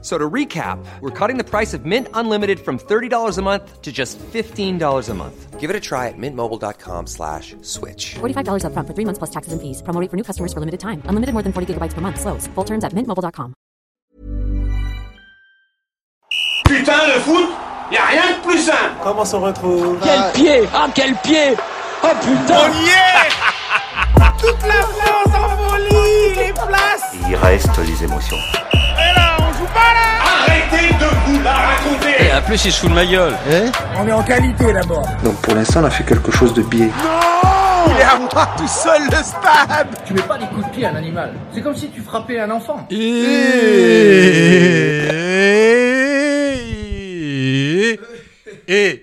So to recap, we're cutting the price of Mint Unlimited from $30 a month to just $15 a month. Give it a try at mintmobile.com slash switch. $45 upfront for three months plus taxes and fees. Promo rate for new customers for limited time. Unlimited more than 40 gigabytes per month. Slows. Full terms at mintmobile.com. Putain, le foot, y a rien de plus simple. Comment s'en retrouve Quel pied Ah quel pied Oh On putain y est Toute la France en folie, les places. Il reste les émotions. Et là, on joue pas là. Arrêtez de vous la raconter. En plus il se fout de ma gueule Donc pour l'instant, on a fait quelque chose de biais. Il est à moi tout seul le stade. Tu mets pas des coups de pied à un animal. C'est comme si tu frappais un enfant. Et... Et...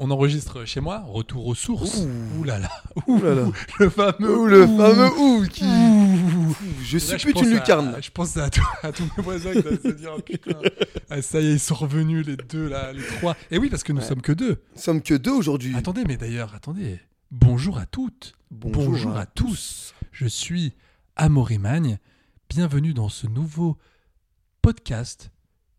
on enregistre chez moi, retour aux sources. Ouh, là là, ouh, là là. le fameux Ou le ouh. fameux ou qui Ouh. je Là, suppute pense une à- lucarne. je pense à, tout- à tous mes voisins qui doivent se dire oh, putain, ah, ça y est, ils sont revenus les deux là, les trois. Et oui, parce que nous sommes que deux. Nous sommes que deux aujourd'hui. Attendez, mais d'ailleurs, attendez. Bonjour à toutes. Bonjour à, à tous. Je suis Amaury Magne. Bienvenue dans ce nouveau podcast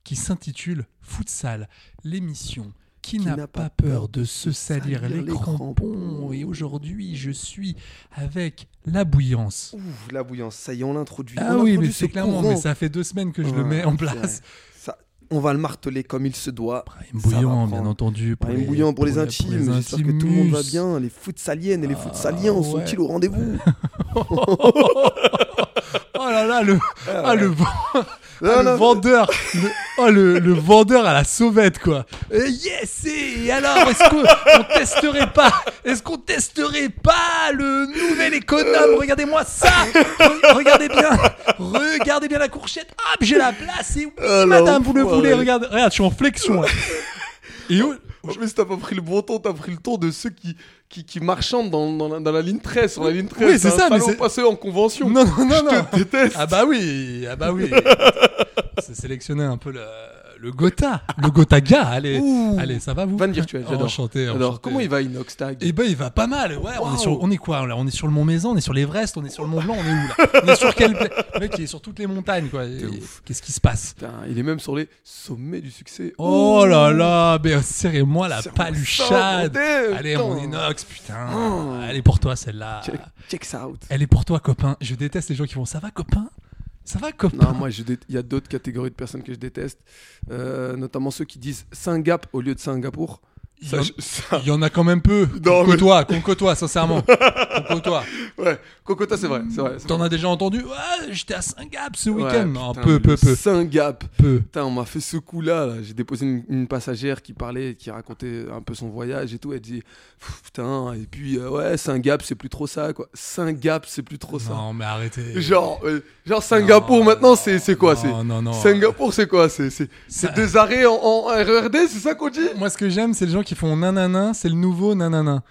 qui s'intitule Futsal, l'émission qui, n'a pas, peur de se salir, les crampons. Et aujourd'hui, je suis avec la bouillance. Ouh, la bouillance, ça y est, on l'introduit. Ah On oui, introduit mais c'est ce clairement, courant. mais ça fait deux semaines que je le Ouais, mets en c'est vrai. place. Ça- on va le marteler comme il se doit. Brahim Ça va Bouillant, prendre. bien entendu. Brahim Bouillant pour, les intimes. J'espère que tout le monde va intimus. bien. Les footsaliennes et les Ah, footsaliens sont-ils au rendez-vous Oh là là, le, ah, le, vend- ah, Non, le non. vendeur, le, oh, le, le vendeur à la sauvette, quoi. Euh, yes, et alors, est-ce qu'on testerait pas, est-ce qu'on testerait pas le nouvel économe Regardez-moi ça Re- Regardez bien, regardez bien la courchette, hop, j'ai la place, et oui, Ah, madame, vous le l'enfoiré. voulez, regarde, regarde, je suis en flexion, là. Et où En plus, t'as pas pris le bon ton, t'as pris le ton de ceux qui, qui, qui marchandent dans, dans la, dans la ligne 13, sur la ligne 13. Oui, c'est T'as- ça, pas mais l'en- c'est- pas ceux en convention. Non, non, non, non. Je te déteste. Ah bah oui, ah bah oui. C'est sélectionner un peu le, le Gotha, le Gotaga. Allez, Ouh. allez, ça va vous Van virtuel, j'adore. Enchanté, Alors, comment il va, Inox Tag Eh ben il va pas mal. Ouais, on est sur, Waouh. on est quoi là On est sur le Mont Mézan, on est sur l'Everest, on est sur le Mont Blanc, on est où là On est sur quel pla- Le mec il est sur toutes les montagnes quoi. Il- ouf. Qu'est-ce qui se passe Putain, il est même sur les sommets du succès. Oh Ouh. là là, mais serrez-moi la Serre-moi ça, paluchade. bordel, Allez putain. mon inox, putain. Oh. Elle est pour toi celle-là. Check, check ça out. Elle est pour toi copain. Je déteste les gens qui vont ça va copain. Ça va copain. Non, moi, je dé- il y a d'autres catégories de personnes que je déteste, euh, notamment ceux qui disent Singap au lieu de Singapour. Il y Ça, en- je- ça- Il y en a quand même peu. Non, qu'on mais- côtoie, qu'on côtoie, sincèrement. qu'on côtoie. Ouais, Cocota, c'est vrai, c'est vrai. c'est T'en vrai. as déjà entendu Ouais, j'étais à Singap ce Ouais, week-end. Non, putain, peu, le peu, peu, Singap. peu. Putain, on m'a fait ce coup-là. là. J'ai déposé une, une passagère qui parlait, qui racontait un peu son voyage et tout. Elle dit Pff, Putain, et puis euh, ouais, Singap, c'est plus trop ça, quoi. Singap, c'est plus trop ça. Non, mais arrêtez. Genre, euh, genre Singapour Non, maintenant, c'est c'est quoi non, c'est non, non. Singapour, c'est quoi C'est c'est- c'est Ça- deux arrêts en, en RERD, c'est ça qu'on dit Moi, ce que j'aime, c'est les gens qui font nanana, c'est le nouveau nanana.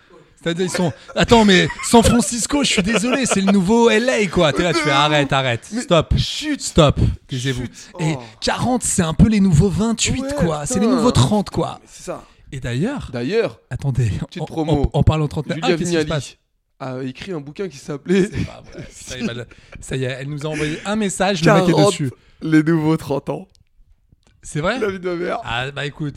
C'est-à-dire, ils sont. Attends, mais San Francisco, je suis désolé, c'est le nouveau LA, quoi. T'es là, tu fais arrête, arrête. Stop. Chut Stop. Taisez-vous. Chut, Et oh. 40, c'est un peu les nouveaux 28, Ouais, quoi. C'est les putain. nouveaux 30, quoi. C'est ça. Et d'ailleurs, D'ailleurs, attendez. Petite en- en- promo. En, parlant 39. Julia ah, qu'est-ce qui se Vignali. passe a écrit un bouquin qui s'appelait C'est pas vrai. Ça y est, madame- ça y est, elle nous a envoyé un message, le mec est 40 dessus. les nouveaux 30 ans. C'est vrai La vie de ma mère. Ah bah écoute.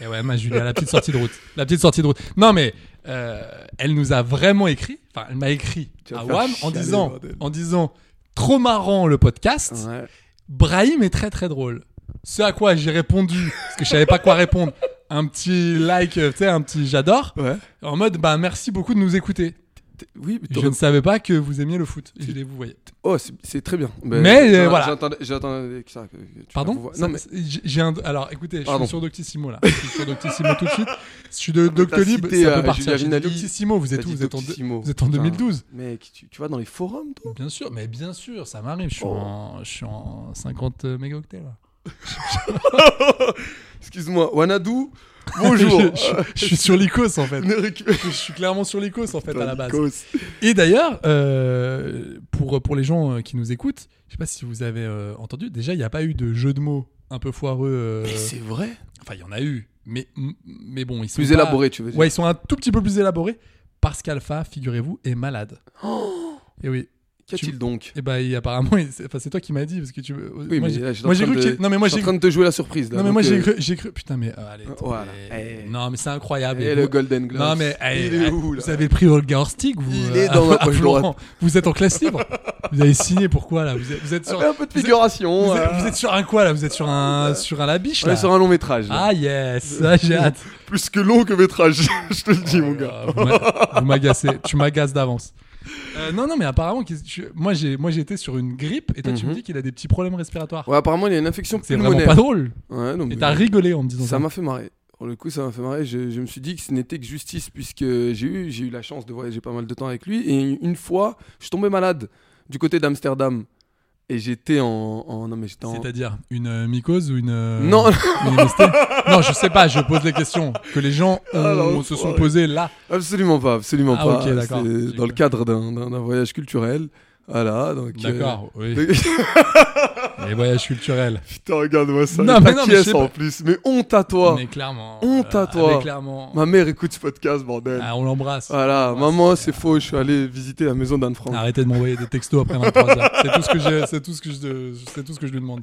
Et ouais, ma Julia, la petite sortie de route. La petite sortie de route. Non mais, euh, elle nous a vraiment écrit, enfin elle m'a écrit Tu vas à me faire WAM en chialer, disant, bordel. en disant, trop marrant le podcast, Ouais. Brahim est très très drôle. Ce à quoi j'ai répondu, parce que je savais pas quoi répondre, un petit like, euh, tu sais, un petit j'adore, Ouais. en mode bah merci beaucoup de nous écouter. T'es- Oui, mais Je t'aurais- ne savais pas que vous aimiez le foot. Et je les vous voyais. Oh, c'est- c'est très bien. Mais, j'attends- euh, voilà. j'attendais- J'attendais que ça. que- que tu la Pardon vois. Ça- Non, mais c'est- j'ai- j'ai un- Alors écoutez, je Pardon. suis sur Doctissimo là. Je suis sur Doctissimo tout de suite. Je suis de Doctolib, cité, ça euh, peut partir. Julia J'ai dit Vignali, Doctissimo, vous t'as êtes où dit vous êtes, en deux- Doctissimo. vous êtes en Putain. 2012 mec, tu, tu vas dans les forums, toi Bien sûr, mais bien sûr, ça m'arrive. Je suis, en, je suis en 50 mégaoctets là. Excuse-moi, Wanadu, bonjour. je, je- je suis sur l'icos en fait. Ne récupère- Je suis clairement sur l'icos en fait à la base. Nikos. Et d'ailleurs, euh, pour, pour les gens euh, qui nous écoutent, je sais pas si vous avez euh, entendu, déjà il n'y a pas eu de jeu de mots un peu foireux. euh, Mais c'est vrai. Enfin, il y en a eu, mais, mais bon, ils sont Plus pas- élaboré, tu veux dire. Ouais, ils sont un tout petit peu plus élaborés parce qu'Alpha, figurez-vous, est malade. Oh Et oui. Qu'y-a-t-il tu- donc Et bah, il- apparemment, il- c'est enfin, c'est toi qui m'as dit parce que tu. Oui, moi, mais j'ai- là, je suis en moi, j'ai train cru de- que- Non, mais moi je suis j'ai en train de te jouer la surprise. Là, non mais donc, moi j'ai euh, cru, j'ai cru. Putain mais euh, allez. attendez. Voilà. Eh. Non mais c'est incroyable. Et vous- le Golden Globe. Non mais eh, il est eh, où là vous avez pris Olga Horstig vous. Il euh, est dans ma à poche Florent. droite. Vous êtes en classe libre. vous avez signé pourquoi là Vous êtes, vous êtes sur. Ah, Un peu de vous êtes- figuration. Vous êtes, euh, vous êtes sur un quoi là Vous êtes sur un sur un labiche On là. est sur un long métrage. là. Ah yes, ah, j'ai hâte. Plus que long que métrage, je te le dis, mon gars. Ah, vous m'a- vous m'agacez, tu m'agaces d'avance. Euh, non non mais apparemment qu'est-ce que tu- moi j'ai moi j'étais sur une grippe et toi tu me dis qu'il a des petits problèmes respiratoires. Mhm. Ouais, apparemment, il y a une infection C'est vraiment pas pulmonaire. drôle. Ouais, non, Et mais- t'as hein. rigolé en me disant Ça ça. m'a fait marrer. Pour le coup, ça m'a fait marrer. Je, je me suis dit que ce n'était que justice, puisque j'ai eu, j'ai eu la chance de voyager pas mal de temps avec lui. Et une fois, je suis tombé malade du côté d'Amsterdam. Et j'étais en, en- Non, mais j'étais en. C'est-à-dire une euh, mycose ou une. euh, Non. une MST? non, je sais pas, je pose les questions que les gens ont- Ah, l'enfoiré. se sont posées là. Absolument pas, absolument Ah, pas. ok, d'accord. C'est dans le cadre d'un, d'un- d'un voyage culturel. Voilà, donc. euh, D'accord, oui. donc- Les voyages culturels. Putain, regarde-moi ça. Non, Et mais non, mais je t'acquiesces sais en pas. plus. Mais honte à toi. Mais clairement. Honte à euh, toi. mais clairement. Ma mère écoute ce podcast, bordel. Ah, on l'embrasse. voilà, On l'embrasse. maman, c'est faux. Je suis allé visiter la maison d'Anne Frank. Arrêtez de m'envoyer des textos après 23h. c'est tout ce que je, c'est tout ce que je, c'est tout ce que je lui demande.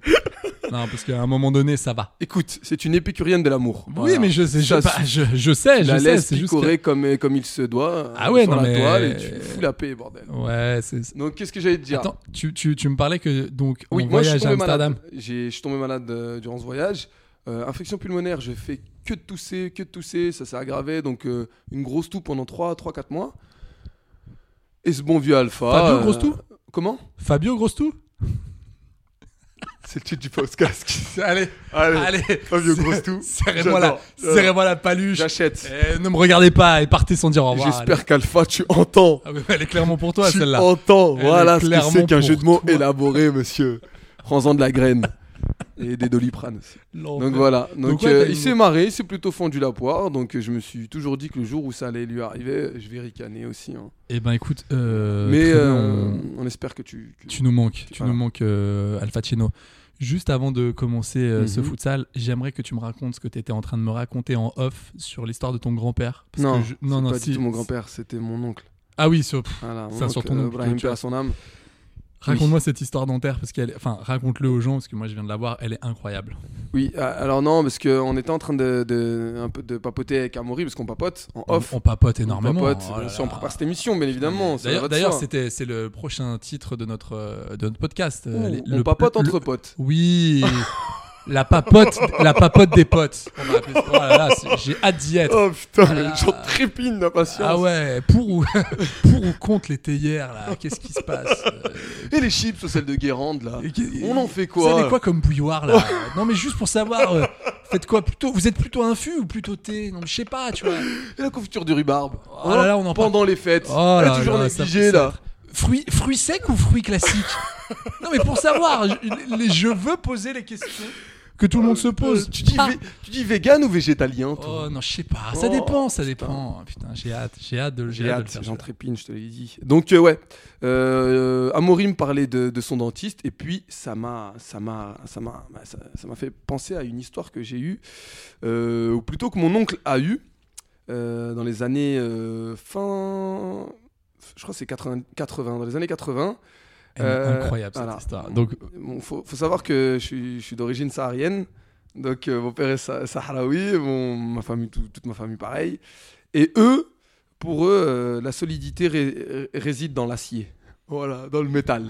Non, parce qu'à un moment donné, ça va. Écoute, c'est une épicurienne de l'amour. Voilà. Oui, mais je sais, je, Ça pas- je, je sais, je la sais. laisse C'est juste. picorer comme, comme il se doit Ah euh, ouais, sur non, la mais- toile et tu fous la paix, bordel. que- Ouais, c'est. Donc, qu'est-ce que j'allais te dire Attends, tu, tu, tu me parlais que donc Ah. Oui, on moi, je suis voyage à tombé Amsterdam. malade. J'ai- Je suis tombé malade euh, durant ce voyage. Euh, infection pulmonaire, je fais que de tousser, que de tousser. Ça s'est aggravé. Donc, euh, une grosse toux pendant 3-4 mois. Et ce bon vieux Alpha. euh, Fabio, grosse toux Comment Fabio Grostou C'est le titre du podcast. Allez, Allez, allez, Fabio Grostou, Serrez-moi la, j'adore, j'adore. serrez-moi la paluche. J'achète. Eh, ne me regardez pas et partez sans dire au revoir. allez. J'espère qu'Alpha, tu entends. Ah ouais, elle est clairement pour toi tu celle-là. entends. Elle est voilà ce que c'est clairement qu'un pour jeu de mots toi. élaboré, monsieur. Prends-en de la graine. Et des doliprane aussi. L'enfer. Donc voilà. Donc, ouais, euh, t'as il une- s'est marré, il s'est plutôt fendu la poire. Donc euh, je me suis toujours dit que le jour où ça allait lui arriver, je vais ricaner aussi. hein. Eh ben écoute, euh, Mais très bien, euh, on- on... espère que tu. que- tu nous manques, tu Voilà. nous manques euh, Alpha Chino. Juste avant de commencer euh, ce Mhm. futsal, j'aimerais que tu me racontes ce que tu étais en train de me raconter en off sur l'histoire de ton grand-père. Parce Non, que je- c'est non, non, pas si- du tout mon grand-père, c'était mon oncle. Ah oui, sur- pff, Voilà, mon Ça, oncle, sur ton euh, oncle, Brahim, tu paix vois. à son âme. raconte-moi cette histoire dentaire parce qu'elle, est- enfin, raconte-le aux gens parce que moi je viens de la voir, elle est incroyable. Oui, a- alors non, parce qu'on était en train de, de- un peu de papoter avec Amaury, parce qu'on papote en off. On, on papote On énormément. papote, Oh là bien là. sûr, on prépare cette émission, bien évidemment. ça va D'ailleurs, de d'ailleurs, soi. c'était c'est le prochain titre de notre euh, de notre podcast. euh, Ouh, les- on le- papote le- entre potes. Oui, la papote, la papote des potes. On a appelé ça. Oh là là, c'est- j'ai hâte d'y être. Oh putain, Ah. mais j'en trépigne d'impatience. Ah ouais, pour ou, pour ou contre les théières là, qu'est-ce qui se passe Euh, Et les chips, celles de Guérande là. et qu'est- On en fait Vous avez quoi quoi comme bouilloire là euh, Non mais juste pour savoir, euh, faites quoi plutôt Vous êtes plutôt infus ou plutôt thé Non, mais je sais pas, tu vois. Et la confiture du rhubarbe. Oh là là, on en parle. Pendant les fêtes. Oh Elle est là toujours là, ça- négligée ça- là. Fruits, fruits secs ou fruits classiques Non mais pour savoir, je, les- je veux poser les questions que tout le monde se pose. Euh, tu, dis Ah. vé- tu dis vegan ou végétalien toi Oh non, je sais pas. Ça Oh, dépend, ça dépend. Putain, j'ai hâte, j'ai hâte de, J'ai hâte, de le faire. j'en trépigne, je te l'ai dit. Donc euh, ouais, euh, Amaury me parlait de, de son dentiste et puis ça m'a, ça m'a, ça m'a, bah, ça, ça m'a fait penser à une histoire que j'ai eue, euh, ou plutôt que mon oncle a eue euh, dans les années euh, fin, je crois que c'est 80, 80, dans les années 80. Elle est Euh, incroyable cette voilà. histoire. Donc, Bon, faut, faut savoir que je suis, je suis d'origine saharienne. Donc, euh, mon père est sa- sahraoui, mon, ma famille, tout- toute ma famille pareil. Et eux, pour eux, euh, la solidité ré- ré- réside dans l'acier. Voilà, dans le métal.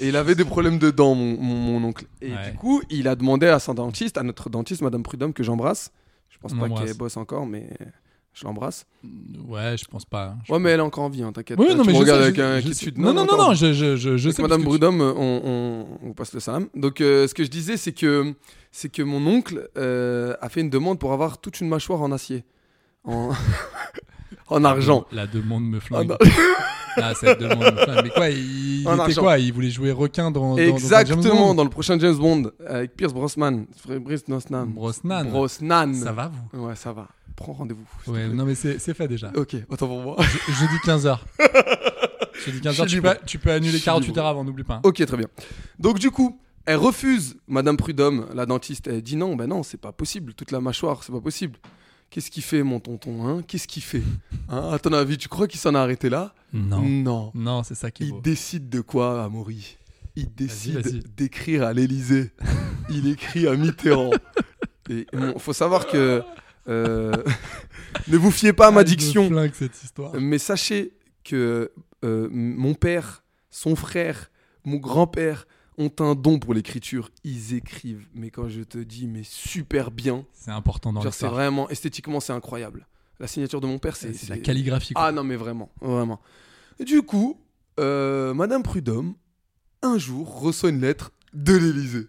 Et il avait des problèmes de dents, mon, mon- mon oncle. Et Ouais. du coup, il a demandé à son dentiste, à notre dentiste, Madame Prudhomme, que j'embrasse. Je pense On pas l'embrasse. qu'elle bosse encore, mais Je l'embrasse. Ouais, je pense pas. hein. Je- Ouais, mais elle est encore en vie, hein, t'inquiète. Ouais, Tu non, mais me je regardes sais, avec je- un- je inquiétude. sais. Non, non, non, non, je, je, je, je Avec sais. Madame parce que tu- Brudhomme, euh, on, on- on passe le salam. Donc, euh, ce que je disais, c'est que, c'est que mon oncle euh, a fait une demande pour avoir toute une mâchoire en acier. En, en argent. La demande me En flingue. ar- Ah, cette demande me flingue. Mais quoi, il, il En était argent. quoi Il voulait jouer requin dans. dans- dans un James Exactement, Bond dans le prochain James Bond, avec Pierce Brosnan. Brice Brosnan. Brosnan. Brosnan. Ça va, vous Ouais, ça va. Prends rendez-vous. s'il te Ouais, plaît. non, mais c'est c'est fait déjà. Ok, autant pour moi. Je- Jeudi 15h. Jeudi 15h, Je tu suis peux, libre. tu peux Je annuler suis 48 libre. heures avant, n'oublie pas. hein. Ok, très bien. Donc du coup, elle refuse, Madame Prudhomme, la dentiste, elle dit non, ben non, c'est pas possible, toute la mâchoire, c'est pas possible. Qu'est-ce qu'il fait, mon tonton hein Qu'est-ce qu'il fait hein À ton avis, tu crois qu'il s'en a arrêté là Non. Non. Non, c'est ça qui est Il beau. décide de quoi, Amaury Il vas-y. décide d'écrire à l'Élysée. Il écrit à Mitterrand. Et bon, faut savoir que... euh, ne vous fiez pas à ma Je diction. Euh, flingue cette histoire. Mais sachez que euh, mon père, son frère, mon grand-père ont un don pour l'écriture. Ils écrivent, mais quand je te dis, mais super bien. C'est important dans Genre, c'est l'histoire. vraiment, esthétiquement, c'est incroyable. La signature de mon père, c'est. C'est la c'est- calligraphie. quoi. Ah non, mais vraiment, vraiment. Du coup, euh, Madame Prudhomme, un jour, reçoit une lettre de l'Élysée,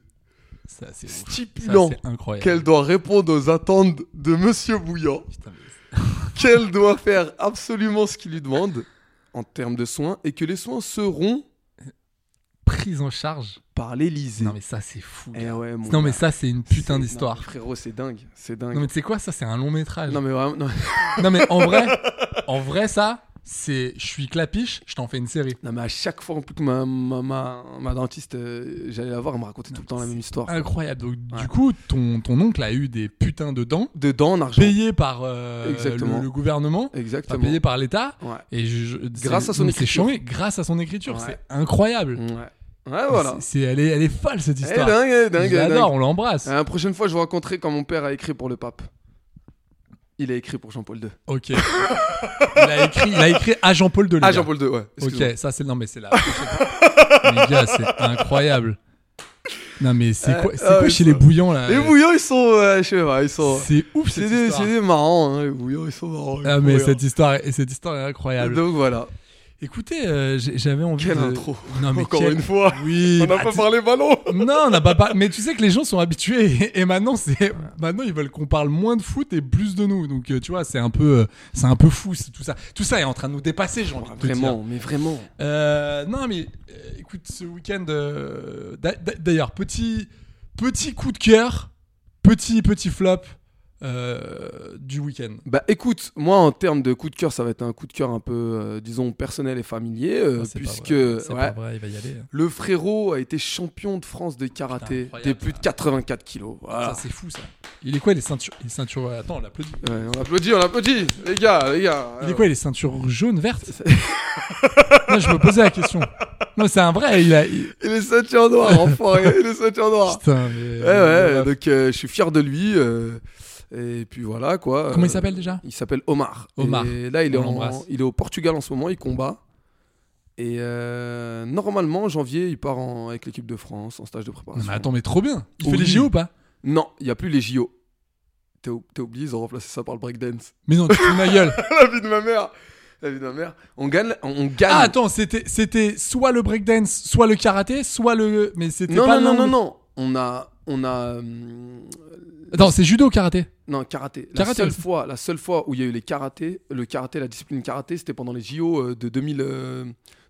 Ça, c'est ouf. Ça, stipulant c'est incroyable. qu'elle doit répondre aux attentes de Monsieur Bouillant. Putain, mais- qu'elle doit faire absolument ce qu'il lui demande en termes de soins et que les soins seront Prise en charge. par l'Élysée. Non, mais ça, c'est fou. Eh ouais, mon Non, mais gars, ça, c'est une putain c'est- d'histoire. non, Frérot, c'est dingue, c'est dingue. Non, mais tu sais quoi, ça, c'est un long métrage. Non, mais vraiment, non, Non mais en vrai, en vrai ça, c'est je suis clapiche, je t'en fais une série. non, mais à chaque fois en plus que ma, ma, ma, ma dentiste, euh, j'allais la voir, elle me racontait tout le temps la même histoire. Incroyable. Donc, Ouais. Du coup, ton, ton oncle a eu des putains de dents Dedans, en argent. payées par euh, Exactement. le, le gouvernement, enfin, Exactement. payées par l'État. Ouais. Et je- je- Grâce c'est- à son mais c'est écriture. chambé, grâce à son écriture, Ouais. c'est incroyable. Ouais. Ouais, voilà. C'est- C'est elle est elle est folle cette Eh, histoire. dingue, eh, dingue, je eh, dingue. l'adore, on l'embrasse. Euh, La prochaine fois, je vous raconterai quand mon père a écrit pour le pape. Il a écrit pour Jean-Paul II. Ok. il a écrit, il a écrit à Jean-Paul de Ah, Jean-Paul II, ouais. Ok, excuse-moi. ça c'est non mais c'est là. les gars, c'est incroyable. Non mais c'est quoi, c'est ah quoi oui, chez ça. les bouillons là Les bouillons, ils sont. euh, je sais pas, ils sont. C'est ouf C'est cette des, histoire. c'est des marrants, hein, les bouillons, ils sont marrants. les Ah mais bouillons. cette histoire, est- cette histoire est incroyable. Donc voilà. Écoutez, euh, j'ai- j'avais envie Quelle de- intro. Non mais Encore quelle- une fois. Oui. On n'a bah, pas tu- parlé ballon. Non, on n'a pas parlé. Mais tu sais que les gens sont habitués et, et maintenant c'est maintenant ils veulent qu'on parle moins de foot et plus de nous. Donc euh, tu vois, c'est un peu euh, c'est un peu fou c'est tout ça. Tout ça est en train de nous dépasser, j'ai envie de te dire. Ah, Vraiment, mais vraiment. Euh, non, mais euh, écoute, ce week-end, euh, d'a- d'a- d'ailleurs, petit, petit coup de cœur, petit, petit flop euh, du week-end. Bah écoute, moi en termes de coup de cœur, ça va être un coup de cœur un peu, euh, disons, personnel et familier, euh, Ah, c'est pas puisque vrai, c'est ouais, pas vrai, il va y aller. hein. le frérot a été champion de France de karaté Putain, des incroyable, plus de 84 kilos. Voilà. Ça, c'est fou, ça. Il est quoi, les ceintures, les ceintures... Attends, on l'applaudit. Ouais, on applaudit, on applaudit, les gars, les gars. Il est quoi, les ceintures jaunes, vertes Non, je me posais la question. Non, c'est un vrai, il a... il- Il est ceinture noire, enfoiré, il est ceinture noire. Putain, mais... Ah. Ouais, ouais, donc euh, je suis fier de lui. euh, et puis voilà quoi. Comment il Euh, s'appelle déjà Il s'appelle Omar. Omar. Et là, il est, On en, l'embrasse. il est au Portugal en ce moment, il combat. Et euh, normalement, en janvier, il part en- avec l'équipe de France en stage de Non, préparation. mais attends, mais trop bien. Il fait Oui. les JO ou pas Non, il n'y a plus les JO. T'es ou- t'es oublié, ils ont remplacé ça par le breakdance. Mais non, tu te fous de ma gueule. La vie de ma mère La vie de ma mère. On gagne. On, on gagne. Ah attends, c'était c'était soit le breakdance, soit le karaté, soit le mais c'était non, pas non, non, l'un non, ou- non. On a. On a hum, Attends, c'est judo karaté. non, karaté. La, Karaté seule aussi. fois, la seule fois où il y a eu les karatés, le karaté, la discipline karaté, c'était pendant les JO de 2000, euh,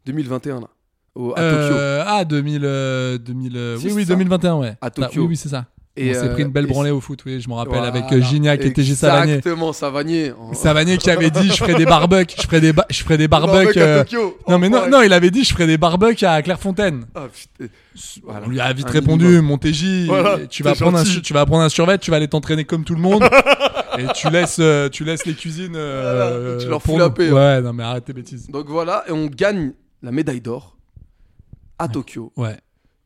2021, là, au- à Tokyo. Euh, ah 2000 euh, 2000 euh, Si, oui c'est oui ça. 2021 ouais. À Ah, Tokyo. oui oui, c'est ça. Et, on s'est euh, pris une belle et- branlée au foot, oui, je me rappelle Voilà. avec euh, Gignac et TG Savanier. Exactement, Savanier. En- Savanier qui avait dit je ferai des barbecues, je ferai des ba- je ferai des barbecues. à euh, Tokyo. Non mais non, Enfoiré. non, il avait dit je ferai des barbecues à Clairefontaine. Ah, putain. Voilà. On lui a vite Un répondu, minimum. Montéji, Voilà, tu vas t'es prendre un, gentil. su- tu vas prendre un survêt, tu vas aller t'entraîner comme tout le monde, et tu laisses, euh, tu laisses les cuisines. euh, Voilà, et tu leur pour fous nous. la paix, Ouais, non mais arrête tes bêtises. Donc voilà, et on gagne la médaille d'or à Tokyo. Ouais.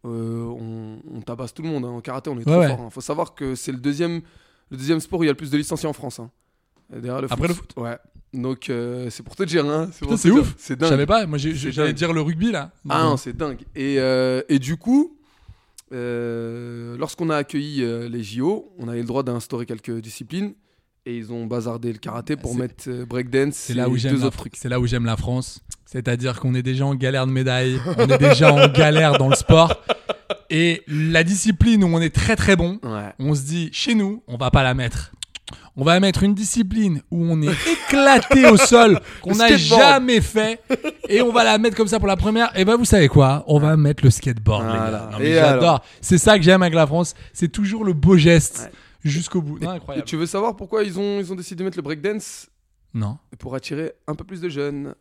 Euh, on, on tabasse tout le monde hein. en karaté, on est Ouais, trop ouais. fort. hein. Faut savoir que c'est le deuxième, le deuxième sport où il y a le plus de licenciés en France. hein. Derrière Après le foot. Ouais. Donc euh, c'est pour te dire. Hein. pour Putain, te c'est dire. ouf. C'est Je savais dingue. pas. Moi, j'ai- C'est j'allais dingue. dire le rugby là. Ah non, c'est dingue. Et, euh, et du coup, euh, lorsqu'on a accueilli euh, les JO, on avait le droit d'instaurer quelques disciplines. et ils ont bazardé le karaté pour Bah, c'est- mettre euh, breakdance C'est là où et j'aime deux la, autres trucs. c'est là où j'aime la France. C'est-à-dire qu'on est déjà en galère de médailles, on est déjà en galère dans le sport. Et la discipline où on est très très bon, Ouais. on se dit, chez nous, on va pas la mettre. On va mettre une discipline où on est éclaté au sol, qu'on Le n'a skateboard. jamais fait, et on va la mettre comme ça pour la première. Et ben vous savez quoi On va mettre le skateboard. les gars. Voilà. Non, mais Et J'adore. alors C'est ça que j'aime avec la France. C'est toujours le beau geste jusqu'au bout. Non, Et incroyable. tu veux savoir pourquoi ils ont, ils ont décidé de mettre le breakdance Non. Pour attirer un peu plus de jeunes.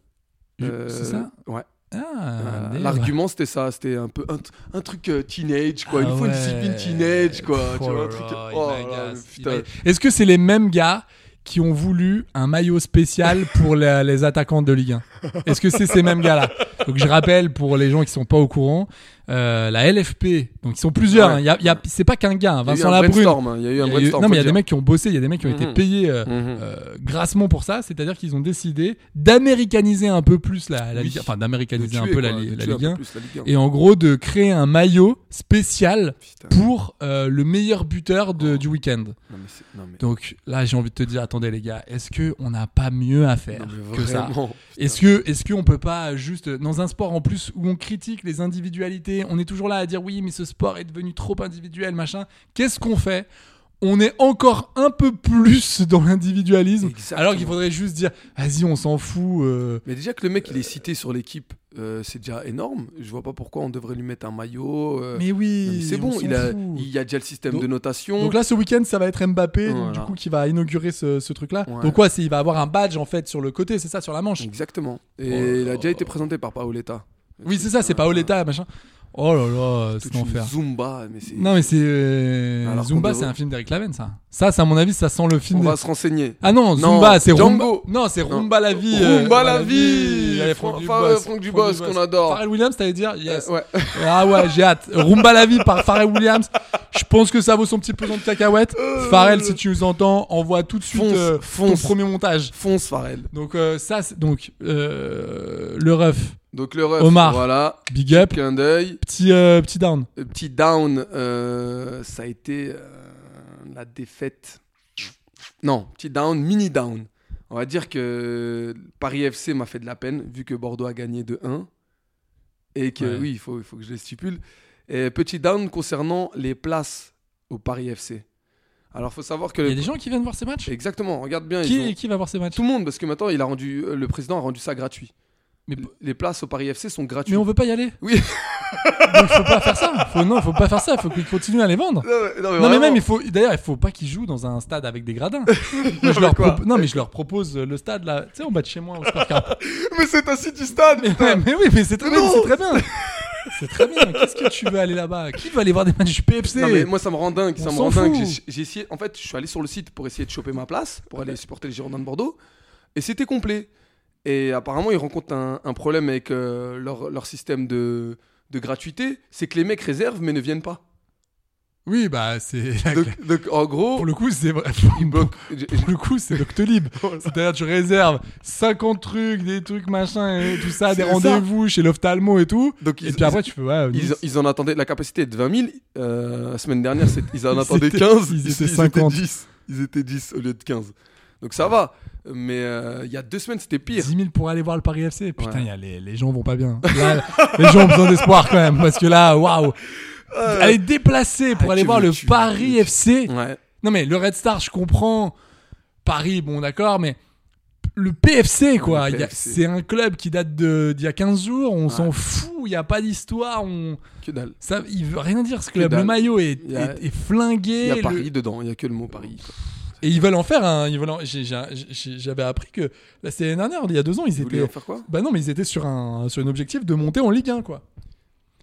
Je- Euh, C'est ça Ouais. Ah, Euh, des- L'argument c'était ça, c'était un peu un, t- un truc euh, teenage quoi, Ah il faut une ouais. discipline teenage quoi, tu Pff, oh vois, là un truc. là, il oh là là, m'agace, mais il putain. m'agace. Est-ce que c'est les mêmes gars qui ont voulu un maillot spécial pour la- les attaquants de Ligue 1 Est-ce que c'est ces mêmes gars-là Donc je rappelle pour les gens qui sont pas au courant, euh, la LFP, donc ils sont plusieurs. Ouais. hein, il y a- il y a- c'est pas qu'un gars, hein, Il y a eu Vincent un Labrune. brainstorm, hein, il y a eu un Il y a eu- brainstorm. non mais il faut y a des dire. mecs qui ont bossé, il y a des mecs qui ont été Mhm. payés euh, Mhm. euh, grassement pour ça, c'est-à-dire qu'ils ont décidé d'américaniser un peu plus la, la Oui. Ligue, enfin De d'américaniser tuer, un peu la, quoi, li- de la tuer un Ligue peu 1 plus la Ligue 1. et en gros de créer un maillot spécial Putain. Oh. pour euh, le meilleur buteur de- du week-end. Non, mais c'est- non, mais- Donc là, j'ai envie de te dire, attendez les gars, est-ce que on n'a pas mieux à faire non, mais que ça vraiment. Est-ce que est-ce qu'on peut pas juste euh, dans un sport en plus où on critique les individualités, on est toujours là à dire oui, mais ce sport est devenu trop individuel, machin. Qu'est-ce qu'on fait on est encore un peu plus dans l'individualisme, Exactement. alors qu'il faudrait juste dire, vas-y, on s'en fout. euh, Mais déjà que le mec il est cité sur l'équipe, euh, c'est déjà énorme. Je vois pas pourquoi on devrait lui mettre un maillot. euh, mais non, oui, mais c'est on bon, s'en il, a, fout. il y a déjà le système Donc- de notation. Donc là, ce week-end, ça va être Mbappé, donc, Voilà. du coup, qui va inaugurer ce, ce truc-là. Ouais. Donc quoi, c'est il va avoir un badge en fait sur le côté, c'est ça, sur la manche. Exactement. Et Oh là il là. a déjà été présenté par Paoletta. Oui, c'est ça, Ouais, c'est pas ouais. Oleta, machin. Oh là là, Toute c'est une l'enfer. Zumba, mais c'est. Non, mais c'est. euh, Alors qu'on Zumba, devrait- c'est un film d'Eric Laven, ça. Ça, ça, à mon avis, ça sent le film. On de- va se renseigner. Ah non, Non, Zumba, c'est Rumba. Django. Non, c'est Rumba la vie. euh, Rumba la vie. Allez, Fran- Franck Far- Dubos. Franck Dubos, qu'on adore. Pharrell Williams, t'allais dire Yes. Euh, ouais. Ah ouais, j'ai hâte. Rumba la vie par Pharrell Williams. Je pense que ça vaut son petit pesant de cacahuète. Pharrell, si tu nous entends, envoie tout de suite Fonce, euh, fonce. ton premier montage. Fonce Farel. Donc, euh, ça, c'est. Donc, euh, le ref, Donc le ref, Omar. voilà, big up. clin d'œil. Petit, euh, petit down. Euh, Petit down, euh, ça a été euh, la défaite. Non, petit down, mini down. On va dire que Paris FC m'a fait de la peine, vu que Bordeaux a gagné de 1. Et que, Ouais. oui, il faut, il faut que je les stipule. Et petit down concernant les places au Paris FC. Alors, faut savoir que. Il y a le- des gens qui viennent voir ces matchs Exactement, regarde bien. ils ont- qui, qui va voir ces matchs Tout le monde, parce que maintenant, il a rendu, euh, le président a rendu ça gratuit. mais, Les places au Paris FC sont gratuites. mais on veut pas y aller. Oui. Donc faut pas faire ça. Faut, non, faut pas faire ça. Faut qu'ils continuent à les vendre. Non, mais, Non mais vraiment. même il faut d'ailleurs il faut pas qu'ils jouent dans un stade avec des gradins. Moi, je leur quoi propo- non mais je leur propose le stade là, tu sais en bas de chez moi au Star Car. Mais c'est un City Stade mais, putain. ouais, mais oui mais c'est très Mais bien, non c'est très bien. C'est très bien. Qu'est-ce que tu veux aller là-bas Qui veut aller voir des matchs du PFC Non, mais moi ça me rend dingue, On ça me s'en rend dingue. fout. J'ai- J'ai essayé, en fait, je suis allé sur le site pour essayer de choper ma place pour aller supporter les Girondins de Bordeaux et c'était complet. Et apparemment, ils rencontrent un, un problème avec euh, leur, leur système de, de gratuité, c'est que les mecs réservent mais ne viennent pas. Oui bah c'est Donc, donc, en gros, pour le coup c'est vrai. bloquent- j'ai- Pour le coup, c'est Doctolib. C'est-à-dire, tu réserves 50 trucs, des trucs machin et tout ça, des C'est ça. rendez-vous chez l'ophtalmo et tout. Donc, et ils- puis après, tu fais, ouais, ils, nous, ils en attendaient, la capacité est de 20 000. euh, la semaine dernière, c'est- ils en Ils attendaient étaient- 15. ils étaient 50. 10. Ils étaient 10 au lieu de 15. Donc ça va. Mais euh, il y a deux semaines, c'était pire. 10 000 pour aller voir le Paris FC. Putain, Ouais. y a les, les gens vont pas bien. Là, les gens ont besoin d'espoir quand même. Parce que là, waouh. Aller déplacer pour Ah, aller tu voir me le tues, tu me Paris tues. FC. Ouais. Non, mais le Red Star, je comprends. Paris, bon, d'accord, mais le PFC, quoi. Le Il y a- PFC. C'est un club qui date de- d'il y a 15 jours. On s'en fout. Il n'y a pas d'histoire. On... Que dalle. Ça, il veut rien dire ce club. Le dalle. maillot est, Il y a- est- est Il y flingué. a le- Paris dedans, il y a que le mot Paris. Et ils veulent en faire un. ils veulent en- j'ai- j'ai- j'ai- J'avais appris que la semaine dernière, il y a deux ans, ils Vous voulez en étaient. faire quoi Bah non, mais ils étaient sur un, sur un objectif de monter en Ligue 1, quoi.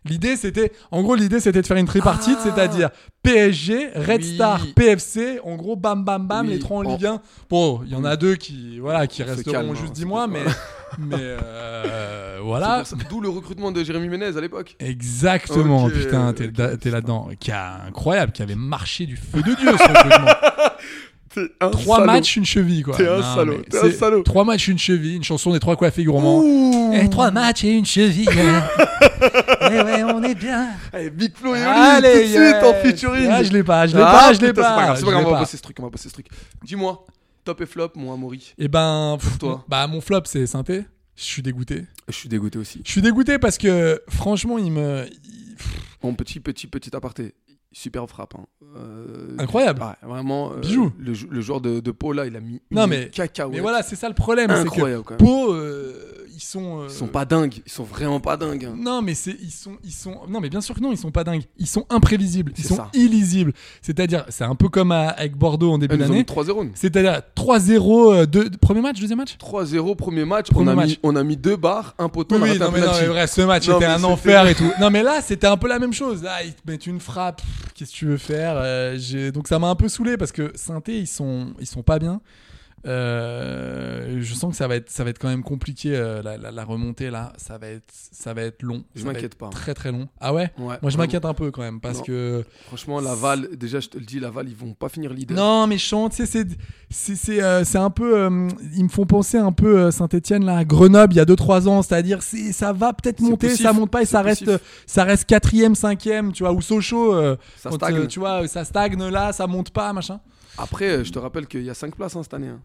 L'idée, c'était. En gros, l'idée, c'était de faire une tripartite, Ah. c'est-à-dire PSG, Red Oui. Star, PFC. En gros, bam, bam, bam, Oui, les trois en en- Ligue 1. Bon, il y en a deux qui, voilà, qui On se resteront calme, hein, juste c'est 10 mois, pas- mais. mais euh, voilà. C'est pour ça- D'où le recrutement de Jérémy Ménez à l'époque. Exactement, Ok, putain, t'es ok, da- t'es là-dedans. Qui a incroyable, qui avait marché du feu de Dieu ce recrutement. Trois matchs, une cheville, quoi. T'es un Non, salaud, mais t'es un c'est salaud. Trois matchs, une cheville, une chanson des trois coiffés gourmands. Et trois matchs et une cheville. Eh ouais, on est bien. Allez, Big Eh, Flo et Oli, Allez, tout de suite en yes. featuring. Ah, je l'ai pas, je l'ai Ah, pas, je l'ai putain, C'est pas pas. grave, c'est pas je grave, l'ai on va pas. passer ce truc, on va passer ce truc. Dis-moi, Top et flop, mon Amaury. Et ben, pff, toi. bah mon flop c'est synthé. Je suis dégoûté. Je suis dégoûté aussi. Je suis dégoûté parce que franchement, il me il- pff, Mon petit, petit, petit aparté. Superbe frappe. hein. Euh, incroyable. ouais, vraiment. euh, Bijou. Le, jou- le joueur de, de Pau, là, il a mis Non, une mais- cacahuète. Mais voilà, c'est ça le problème, c'est que Ah Incroyable, quand même. Pau, euh, ils sont euh, Ils sont pas dingues. Ils sont vraiment pas dingues. hein. Non, mais c'est ils sont ils sont non mais bien sûr que non, ils sont pas dingues. Ils sont imprévisibles, ils C'est sont ça. illisibles. C'est-à-dire, c'est un peu comme à- avec Bordeaux en début Ah, Ils nous ont mis d'année. 3-0. nous. C'est-à-dire 3-0 euh, deux- premier match, deuxième match 3-0, premier match. Premier on, a match. Mis, on a mis deux barres, un poteau, on a raté non, un mais non, penalty. mais vrai, ce match Non, était mais un c'était- enfer et tout. Non, mais là, c'était un peu la même chose. Là, ils te mettent une frappe. Pff, Qu'est-ce que tu veux faire Euh, j'ai- Donc, ça m'a un peu saoulé parce que Synthé, ils sont, ils sont pas bien. Euh, je sens que ça va être, ça va être quand même compliqué euh, la, la- la remontée là. Ça va être, ça va être long. Je Ça va m'inquiète être pas. Très très long. Ah ouais. Ouais, Moi, je vraiment. m'inquiète un peu quand même parce Non. que Franchement, Laval, déjà, je te le dis, Laval, ils vont pas finir leader. Non, mais chante, tu sais, c'est c'est c'est euh, c'est un peu euh, ils me font penser un peu euh, Saint-Étienne là à Grenoble il y a 2 3 ans, c'est-à-dire c'est ça va peut-être C'est monter, poussif, ça monte pas et c'est ça reste poussif. ça reste quatrième, cinquième, tu vois ou Sochaux euh, Ça quand, stagne. euh, tu vois, ça stagne là, ça monte pas, machin. Après, euh, je te rappelle qu'il y a 5 places hein, cette année. hein.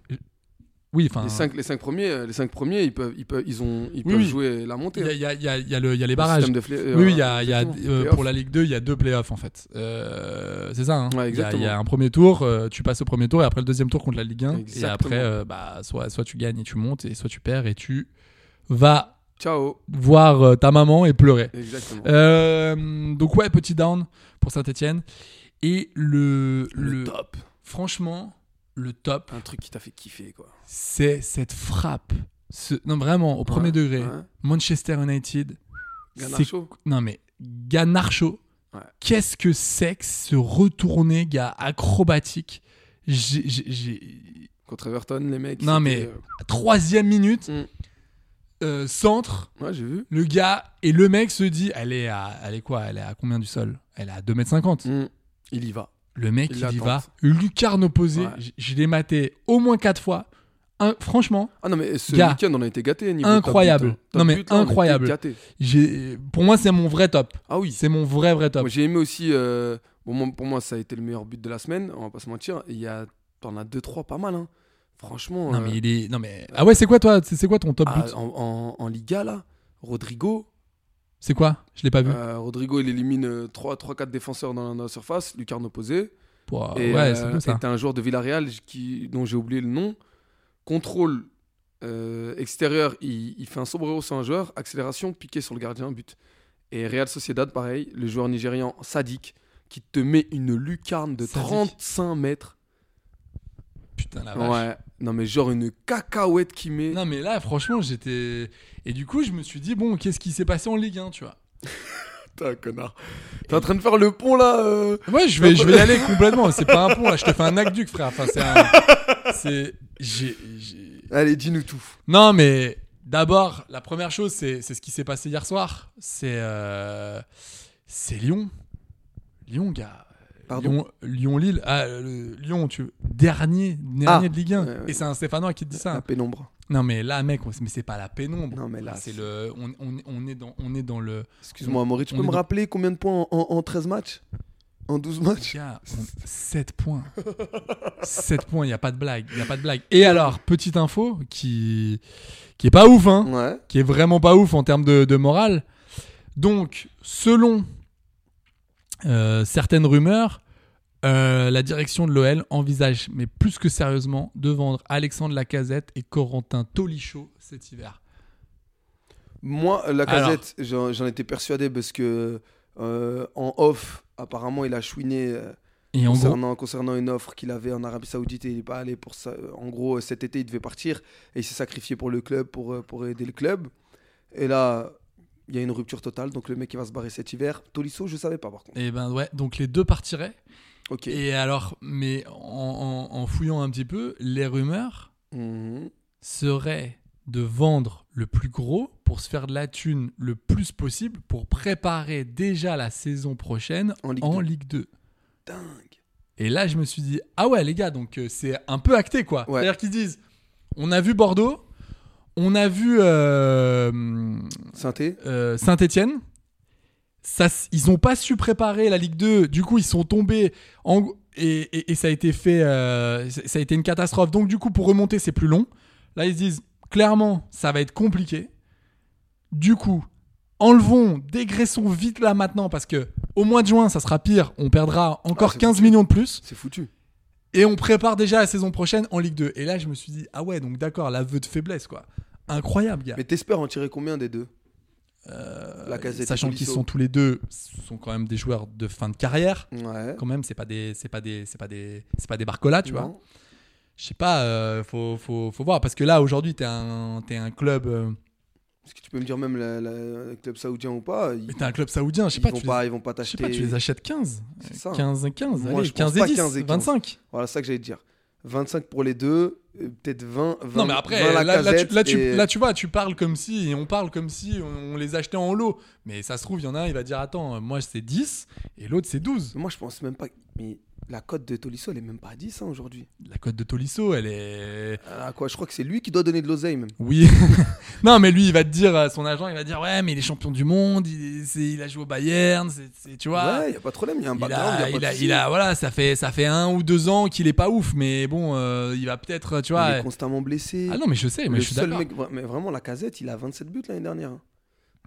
Oui, enfin Les 5 les cinq premiers, euh, les cinq premiers, ils peuvent, ils peuvent, ils ont, ils Ah. Oui, peuvent oui. jouer la montée. il y a, hein. il y a- il y a- il y a le- il y a les Le barrages. système de flé- euh, Oui, oui, il y a, il y a, exactement, euh, playoff. pour la Ligue 2, il y a deux playoffs en fait. Euh, c'est ça, Ouais, hein il, y a, exactement. il y a un premier tour, euh, tu passes au premier tour et après le deuxième tour contre la Ligue 1. Et Exactement. après, euh, bah, soit, soit tu gagnes et tu montes, et soit tu perds et tu vas Ciao. voir euh, ta maman et pleurer. Exactement. Euh, donc ouais, petit down pour Saint-Etienne. Et le, le, top. Franchement, le top, Un truc qui t'a fait kiffer, quoi. c'est cette frappe. Ce- non, vraiment, au premier Ouais, degré. ouais. Manchester United. Garnacho. c'est- Non mais, Ganarcho. Ouais. Qu'est-ce que c'est que ce retourné, gars, acrobatique J'ai- j'ai- j'ai- Contre Everton, les mecs. Non, c'était, euh, mais- Troisième minute, Mm. euh, centre, euh, Ouais, j'ai vu. le gars, et le mec se dit, elle est à, elle est quoi Elle est à combien du sol Elle est à 2m50. Mm. Il y va. Le mec, Il il, y l'attend. va. Lucarne opposée. Ouais. J- Je l'ai maté au moins 4 fois. Un- franchement, Ah non, mais ce Gars. week-end, on a été gâtés. niveau top Incroyable. but, hein. Non, Top mais but, là, on a été incroyable. gâtés. j'ai- pour moi, c'est mon vrai top. Ah oui. C'est mon vrai, vrai top. Moi, J'ai aimé aussi. euh, bon, moi- pour moi, ça a été le meilleur but de la semaine. On va pas se mentir. Il y a, t'en as deux, trois, pas mal. hein. Franchement. non, euh, mais il est. Non, mais. Ah ouais, c'est quoi, toi C'est c'est quoi ton top ah, but en, en- en Liga là, Rodrigo. C'est quoi Je l'ai pas vu. euh, Rodrigo, il élimine euh, 3-4 défenseurs dans, la- dans la surface. Lucarne opposé. Pouah, Et, Ah ouais, euh, c'est beau et ça. t'as un joueur de Villarreal j- qui, dont j'ai oublié le nom. Contrôle euh, extérieur, il, il fait un sombrero sur un joueur. Accélération, piqué sur le gardien, but. Et Real Sociedad, pareil, le joueur nigérian Sadik qui te met une lucarne de Sadik. 35 mètres. Putain, la vache. Ouais. Non, mais genre une cacahuète qui met. Non, mais là, franchement, j'étais. Et du coup, je me suis dit, bon, qu'est-ce qui s'est passé en Ligue 1, tu vois Putain, connard. T'es en train de faire le pont là euh. Ouais, je vais, je vais y aller complètement. C'est pas un pont, là. Je te fais un aqueduc, frère. Enfin, c'est un. C'est. j'ai- j'ai- Allez, dis-nous tout. Non, mais d'abord, la première chose, c'est c'est ce qui s'est passé hier soir. C'est euh, c'est Lyon. Lyon, gars. Pardon. Lyon, Lille. Ah, le- Lyon, tu veux. Dernier, dernier Ah, de Ligue 1. ouais, ouais. Et c'est un Stéphanois qui te dit ça. La pénombre. Non, mais là, mec, on- mais c'est pas la pénombre. Ah, Non, mais là, c'est c'est- le. On, on- on est dans, on est dans le. Excuse-moi, Maurice, tu on peux est me dans- rappeler combien de points en, en- en 13 matchs En 12 matchs Gars, on- 7 points. 7 points, il n'y a pas de blague. Il a pas de blague. Et alors, petite info qui, qui est pas ouf, hein. Ouais. qui est vraiment pas ouf en termes de, de morale. Donc, selon euh, certaines rumeurs, euh, la direction de l'OL envisage, mais plus que sérieusement, de vendre Alexandre Lacazette et Corentin Tolichot cet hiver. Moi, euh, la casette, j'en j'en étais persuadé parce que euh, en off, apparemment, il a chouiné euh, Et en gros, concernant, concernant une offre qu'il avait en Arabie Saoudite et il n'est pas allé pour ça. Euh, En gros, euh, cet été, il devait partir et il s'est sacrifié pour le club, pour, euh, pour aider le club. Et là, il y a une rupture totale, donc le mec, il va se barrer cet hiver. Tolisso, je ne savais pas par contre. et ben ouais, donc les deux partiraient. Ok. Et alors, mais en, en- en fouillant un petit peu, les rumeurs Mhm. seraient de vendre le plus gros pour se faire de la thune le plus possible pour préparer déjà la saison prochaine En Ligue en 2. Ligue 2. Dingue. Et là, je me suis dit, ah ouais, les gars, donc euh, c'est un peu acté, quoi. Ouais. C'est-à-dire qu'ils disent, on a vu Bordeaux, on a vu euh, Synthé euh, Saint-Etienne. Ça, s- ils n'ont pas su préparer la Ligue 2, du coup, ils sont tombés. En... Et, et- et ça a été fait, euh, ça ça a été une catastrophe. Donc du coup, pour remonter, c'est plus long. Là, ils se disent clairement, ça va être compliqué. Du coup, enlevons, dégraissons vite là maintenant parce que au mois de juin, ça sera pire. On perdra encore Ah, c'est 15 millions de plus. C'est foutu. Et on prépare déjà la saison prochaine en Ligue 2. Et là, je me suis dit, ah ouais, donc d'accord, l'aveu de faiblesse, quoi. Incroyable, gars. Mais t'espères en tirer combien des deux La casette. Euh, Sachant qu'ils sont tous les deux, ce sont quand même des joueurs de fin de carrière. Ouais. Quand même, c'est pas des, c'est pas des, c'est pas des, c'est pas des Barcola, tu vois. Non. Je sais pas, euh, faut, faut, faut voir parce que là aujourd'hui, t'es un, t'es un club, euh, Est-ce que tu peux me dire même la- la- le club saoudien ou pas Ils, mais t'es un club saoudien. Je sais ils pas, vont tu pas, les, ils vont pas je sais t'acheter. pas, tu les achètes 15, C'est ça. 15, 15, Moi, allez, je pense 15 et pas 10, 15 et 15. 25. Voilà, c'est ça que j'allais te dire. 25 pour les deux, euh, peut-être 20, 20. non mais après 20 là, là, Lacazette tu, là, tu- et- là, tu vois tu parles comme si et on parle comme si on, on les achetait en lot mais ça se trouve il y en a un il va dire attends euh, moi c'est 10 et l'autre c'est 12 Moi, je pense même pas. Mais la cote de Tolisso, elle est même pas à 10 hein, aujourd'hui. la cote de Tolisso elle est Ah, quoi, je crois que c'est lui qui doit donner de l'oseille même. oui non mais lui il va te dire à son agent il va dire ouais mais il est champion du monde il, c'est- il a joué au Bayern c'est- c'est- tu vois ouais, y a pas de problème, y a un Il background, y a, a pas de il, a, souci. il a- voilà, ça fait, ça fait un ou deux ans qu'il est pas ouf, mais bon, euh, il va peut-être, tu vois. Il est constamment blessé. Ah non, mais je sais, mais Le je suis seul d'accord. mec- vra- mais vraiment, la casette, il a 27 buts l'année dernière.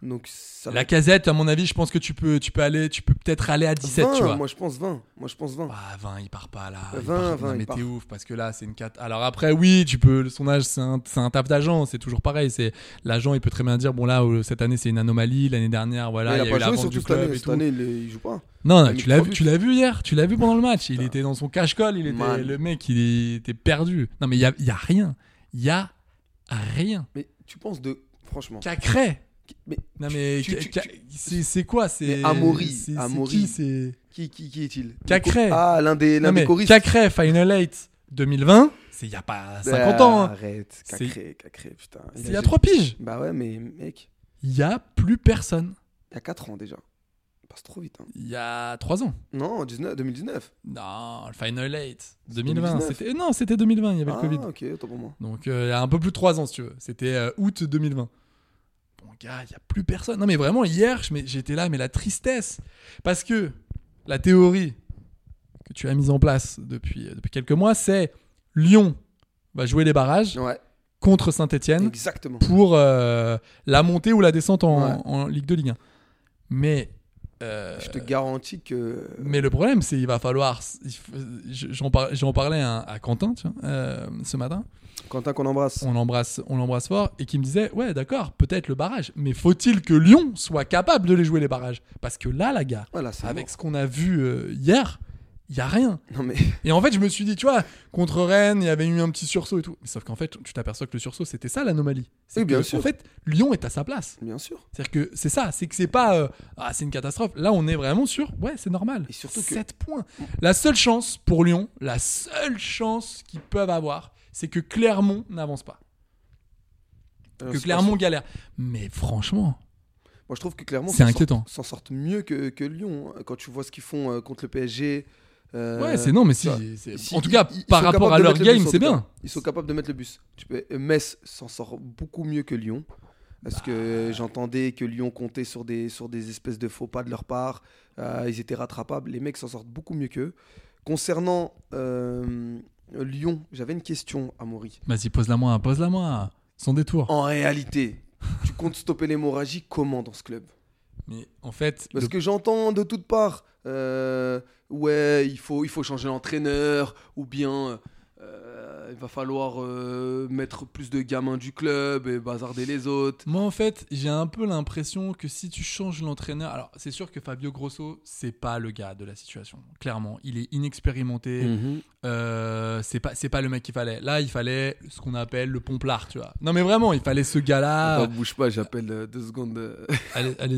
Donc, ça La casette, à mon avis, je pense que tu peux, tu peux aller, tu peux peut-être aller à 17, 20, tu vois. Moi, je pense 20. Moi, je pense 20. Ah, 20, il part pas là. Il 20, part- non, 20, il mais part. t'es ouf parce que là, c'est une cata. Alors après, oui, tu peux. Son âge, c'est un, c'est un taf d'agent. C'est toujours pareil. C'est l'agent, il peut très bien dire bon là, euh, cette année, c'est une anomalie. L'année dernière, voilà, Mais il y a eu la vente surtout du cette club année. et Cette tout. année, il, est- il joue pas. Non, a non, mis tu l'as trois vu, buts. tu l'as vu hier. Tu l'as vu pendant le match. Bah. Il était dans son cache-colle. Il était Man. le mec. Il était perdu. Non, mais il y a, il y a rien. Il y a rien. Mais tu penses de. Franchement. Cacré. Mais Non mais tu- ca- tu- ca- tu- c'est c'est quoi C'est Mais Amaury, c'est- c'est Amaury. qui, c'est- Qui, qui, qui est-il Cacré. Ah, l'un des, l'un Non, des mais choristes. Cacré, Final 8 2020, c'est il n'y a pas 50 ans. Ah, hein. Arrête, Cacré, Cacré, putain. a C'est il y a jamais- 3 piges. Bah ouais, mais mec, Il n'y a plus personne. il y a 4 ans déjà. Ça passe trop vite. Hein. Il y a 3 ans. Non, 19, 2019. Non, le Final 8 2020. 2019. c'était- Non, c'était 2020, il y avait ah, le Covid. ok, autant pour moi. Donc euh, il y a un peu plus de 3 ans si tu veux. C'était euh, août 2020. Bon gars, il n'y a plus personne. Non mais vraiment, hier, je m'ai- j'étais là, mais la tristesse. Parce que la théorie que tu as mise en place depuis, euh, depuis quelques mois, c'est Lyon va jouer les barrages Ouais, contre Saint-Etienne. exactement. pour euh, la montée ou la descente en, Ouais. en Ligue 2 Ligue 1. Mais, euh, Je te garantis que. mais le problème, c'est qu'il va falloir. il faut- je- J'en par- j'en parlais à, à Quentin tiens, euh, ce matin. Quentin qu'on embrasse. On l'embrasse on l'embrasse fort et qui me disait Ouais, d'accord, peut-être le barrage. Mais faut-il que Lyon soit capable de les jouer les barrages Parce que là, la gars, Voilà, c'est avec ce qu'on a vu euh, hier, il n'y a rien. mort. Non mais. Et en fait, je me suis dit, tu vois, contre Rennes, il y avait eu un petit sursaut et tout. Mais sauf qu'en fait, tu t'aperçois que le sursaut, c'était ça l'anomalie. C'est Oui, bien que, sûr. En fait, Lyon est à sa place. Bien sûr. C'est-à-dire que c'est ça, c'est que c'est pas euh, ah, c'est une catastrophe. Là, on est vraiment sûr, ouais, c'est normal. Et surtout que- 7 points. La seule chance pour Lyon, la seule chance qu'ils peuvent avoir, c'est que Clermont n'avance pas. Alors, Que Euh, c'est pas Clermont galère. Mais franchement, sûr. Moi, je trouve que Clermont. C'est s'en sortent- inquiétant. S'en sortent mieux que, que Lyon. hein, Quand tu vois ce qu'ils font euh, contre le PSG. euh, ouais, c'est non, mais si. ça- c'est- si- en tout cas, ils- ils par sont rapport capables à de leur mettre le bus, game, en c'est tout cas. bien. Ils sont capables de mettre le bus. Tu peux... euh, Metz s'en sort beaucoup mieux que Lyon. Parce que j'entendais que Lyon comptait sur des, sur des espèces de faux pas de leur part. Euh, ils étaient rattrapables. Les mecs s'en sortent beaucoup mieux qu'eux. Concernant euh, Lyon, j'avais une question à Maury. Vas-y, pose-la moi, pose-la moi. Sans détour. En réalité, tu comptes stopper l'hémorragie comment dans ce club Mais en fait, Parce le- que j'entends de toutes parts, euh, ouais, il faut, il faut changer l'entraîneur, ou bien euh, il va falloir euh, mettre plus de gamins du club et bazarder les autres. Moi, en fait, j'ai un peu l'impression que si tu changes l'entraîneur. Alors, c'est sûr que Fabio Grosso, c'est pas le gars de la situation. Clairement, il est inexpérimenté. Euh, c'est pas, c'est pas le mec qu'il fallait. Là, il fallait ce qu'on appelle le pomplard, tu vois. Non, mais vraiment, il fallait ce gars-là. Attends, bah, bouge pas, j'appelle euh, deux secondes. euh. Ah. Allez, allez-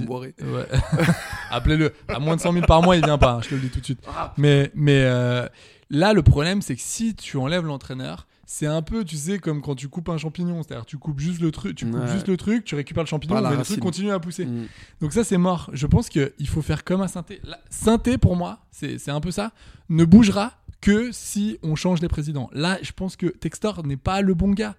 Boiré. Ouais. Appelez-le. À moins de 100 000 par mois, il vient pas. hein, Je te le dis tout de suite. Ah, Mais, mais euh, là, le problème, c'est que si tu enlèves l'entraîneur, c'est un peu, tu sais, comme quand tu coupes un champignon. C'est-à-dire, tu coupes juste le truc, tu coupes Ouais. juste le truc, tu récupères le champignon, Par la mais le racine. truc continue à pousser. Mm. Donc ça, c'est mort. Je pense qu'il faut faire comme un synthé. La synthé, pour moi, c'est c'est un peu ça. Ne bougera que si on change les présidents. Là, je pense que Textor n'est pas le bon gars.